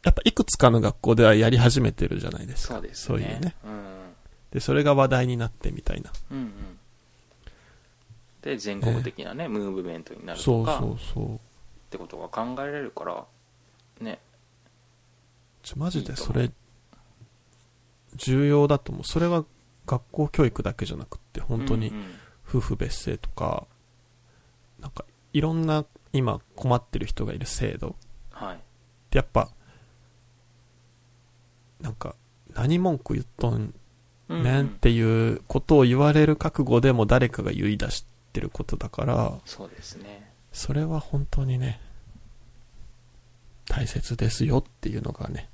B: やっぱいくつかの学校ではやり始めてるじゃないですか。
A: そうです
B: そういうね。
A: うん
B: で、それが話題になってみたいな。
A: うんうんで全国的なね、ムーブメントになる
B: そ
A: と
B: う
A: か
B: そうそう。
A: ってことが考えられるからね
B: ちょ、マジでそれ、重要だと思う。それは学校教育だけじゃなくって、本当
A: う
B: に
A: んうん
B: 夫婦別姓とか、なんかいろんな今困ってる人がいる制度
A: はい
B: ってやっぱ、なんか何文句言っとん
A: うんうん
B: ねんっていうことを言われる覚悟でも誰かが言い出してることだから、
A: そうですね
B: それは本当にね、大切ですよっていうのがね、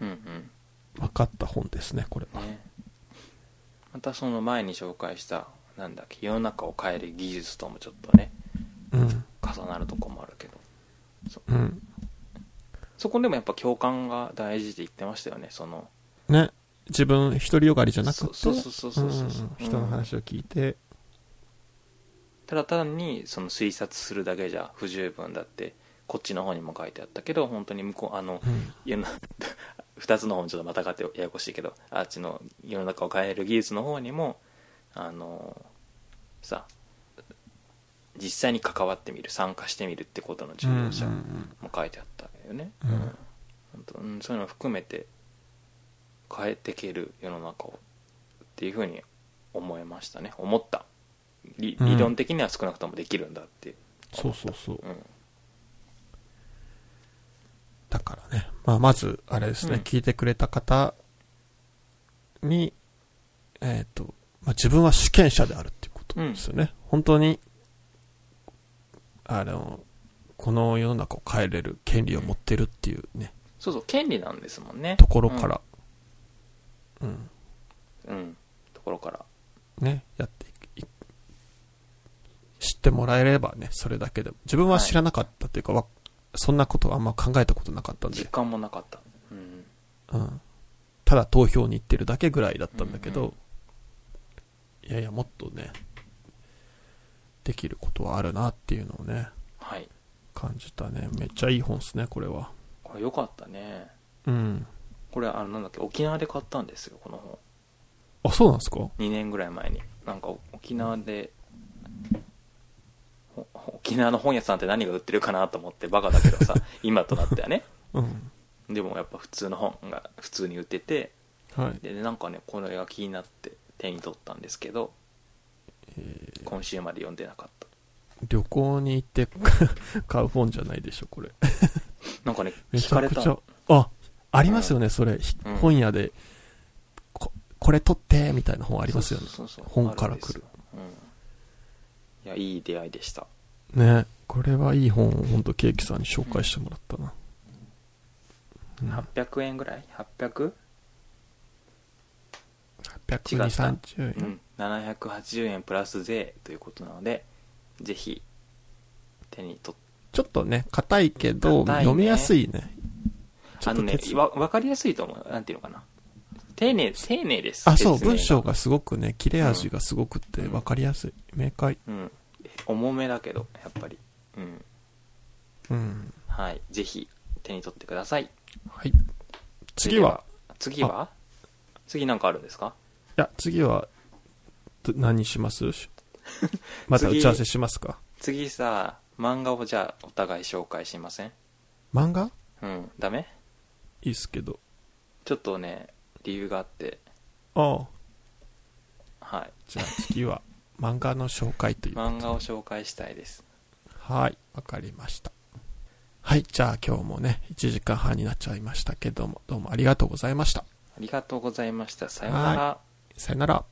A: うんうん
B: 分かった本ですね、これは。
A: ねまたその前に紹介したなんだっけ世の中を変える技術ともちょっとね
B: うん。
A: 重なるとこもあるけど
B: うん。
A: そこでもやっぱ共感が大事って言ってましたよねその
B: ね。自分独りよがりじゃなくて、
A: そうそうそうそうそうそう
B: うんうん人の話を聞いて、
A: ただ単にその推察するだけじゃ不十分だってこっちの方にも書いてあったけど本当に向こうあの
B: うん。
A: 世の 二つの方にちょっとまたがってややこしいけどあっちの世の中を変える技術の方にもあのさ実際に関わってみる参加してみるってことの重要さ
B: うんう
A: も
B: ん
A: 書いてあったよね、
B: うん
A: 本当うんそういうのを含めて変えていける世の中をっていうふうに思いましたね思った理
B: うん
A: 理論的には少なくともできるんだって、
B: そうそうそう
A: う。ん
B: だからね。まあ、まず、あれですね、
A: うん
B: 聞いてくれた方に、えっ、と、まあ、自分は主権者であるっていうことですよね。本当に、あの、この世の中を変えれる権利を持ってるっていうね、
A: そうそう権利なんですもんね
B: ところから、うん、
A: うん、うんところから
B: ね、やっていくい知ってもらえればね、それだけでも。自分は知らなかったというか、わそんなことはあんま考えたことなかったんで
A: 実。感もなかった、うん、
B: うん、ただ投票に行ってるだけぐらいだったんだけど、
A: うんう
B: いやいやもっとねできることはあるなっていうのをね
A: はい
B: 感じたねめっちゃいい本っすねこれは
A: これ良かったね
B: うん
A: これあのなんだっけ沖縄で買ったんですよこの本
B: あそうなんですか
A: 2年ぐらい前になんか沖縄でほ沖縄の本屋さんって何が売ってるかなと思ってバカだけ どさ今となってはね
B: うん
A: でもやっぱ普通の本が普通に売ってて
B: はい、
A: でなんかねこれが気になって手に取ったんですけど
B: えー
A: 今週まで読んでなかった
B: 旅行に行って 買う本じゃないでしょこれ
A: なんかね
B: め
A: 聞
B: ち
A: か
B: ゃ
A: れ
B: く
A: た
B: ちゃあありますよね、それ、ひ
A: うん
B: 本屋でここれ取ってみたいな本ありますよね
A: そうそうそう
B: 本から来る
A: あんですようん、いやいい出会いでした
B: ねこれはいい本を本当ケーキさんに紹介してもらったな、うん
A: 800円ぐらい 800? 違った
B: 830
A: う
B: 円、
A: ん、780円プラス税ということなのでぜひ手に取っ
B: ちょっとね硬いけど
A: 硬いね
B: 読みやすいねちょ
A: あ
B: っ
A: の
B: と
A: ね
B: 鉄
A: わ分かりやすいと思うなんていうのかな丁寧丁寧です
B: あそう
A: 説明が
B: 文章がすごくね切れ味がすごくって分かりやすい、明快
A: うん重めだけどやっぱりうん
B: うん
A: はいぜひ手に取ってください
B: はい次は
A: それでは次は次なんかあるんですか
B: いや次はど何し ますまた打ち合わせしますか
A: 次さ漫画をじゃあお互い紹介しません
B: 漫画
A: うんダメ
B: いいっすけど
A: ちょっとね理由があって
B: ああ
A: はい
B: じゃあ次は漫画の紹介という
A: 漫画を紹介したいです
B: はい、わかりました。はい、じゃあ今日もね、1時間半になっちゃいましたけども、どうもありがとうございました。
A: ありがとうございましたさようなら、
B: さよなら。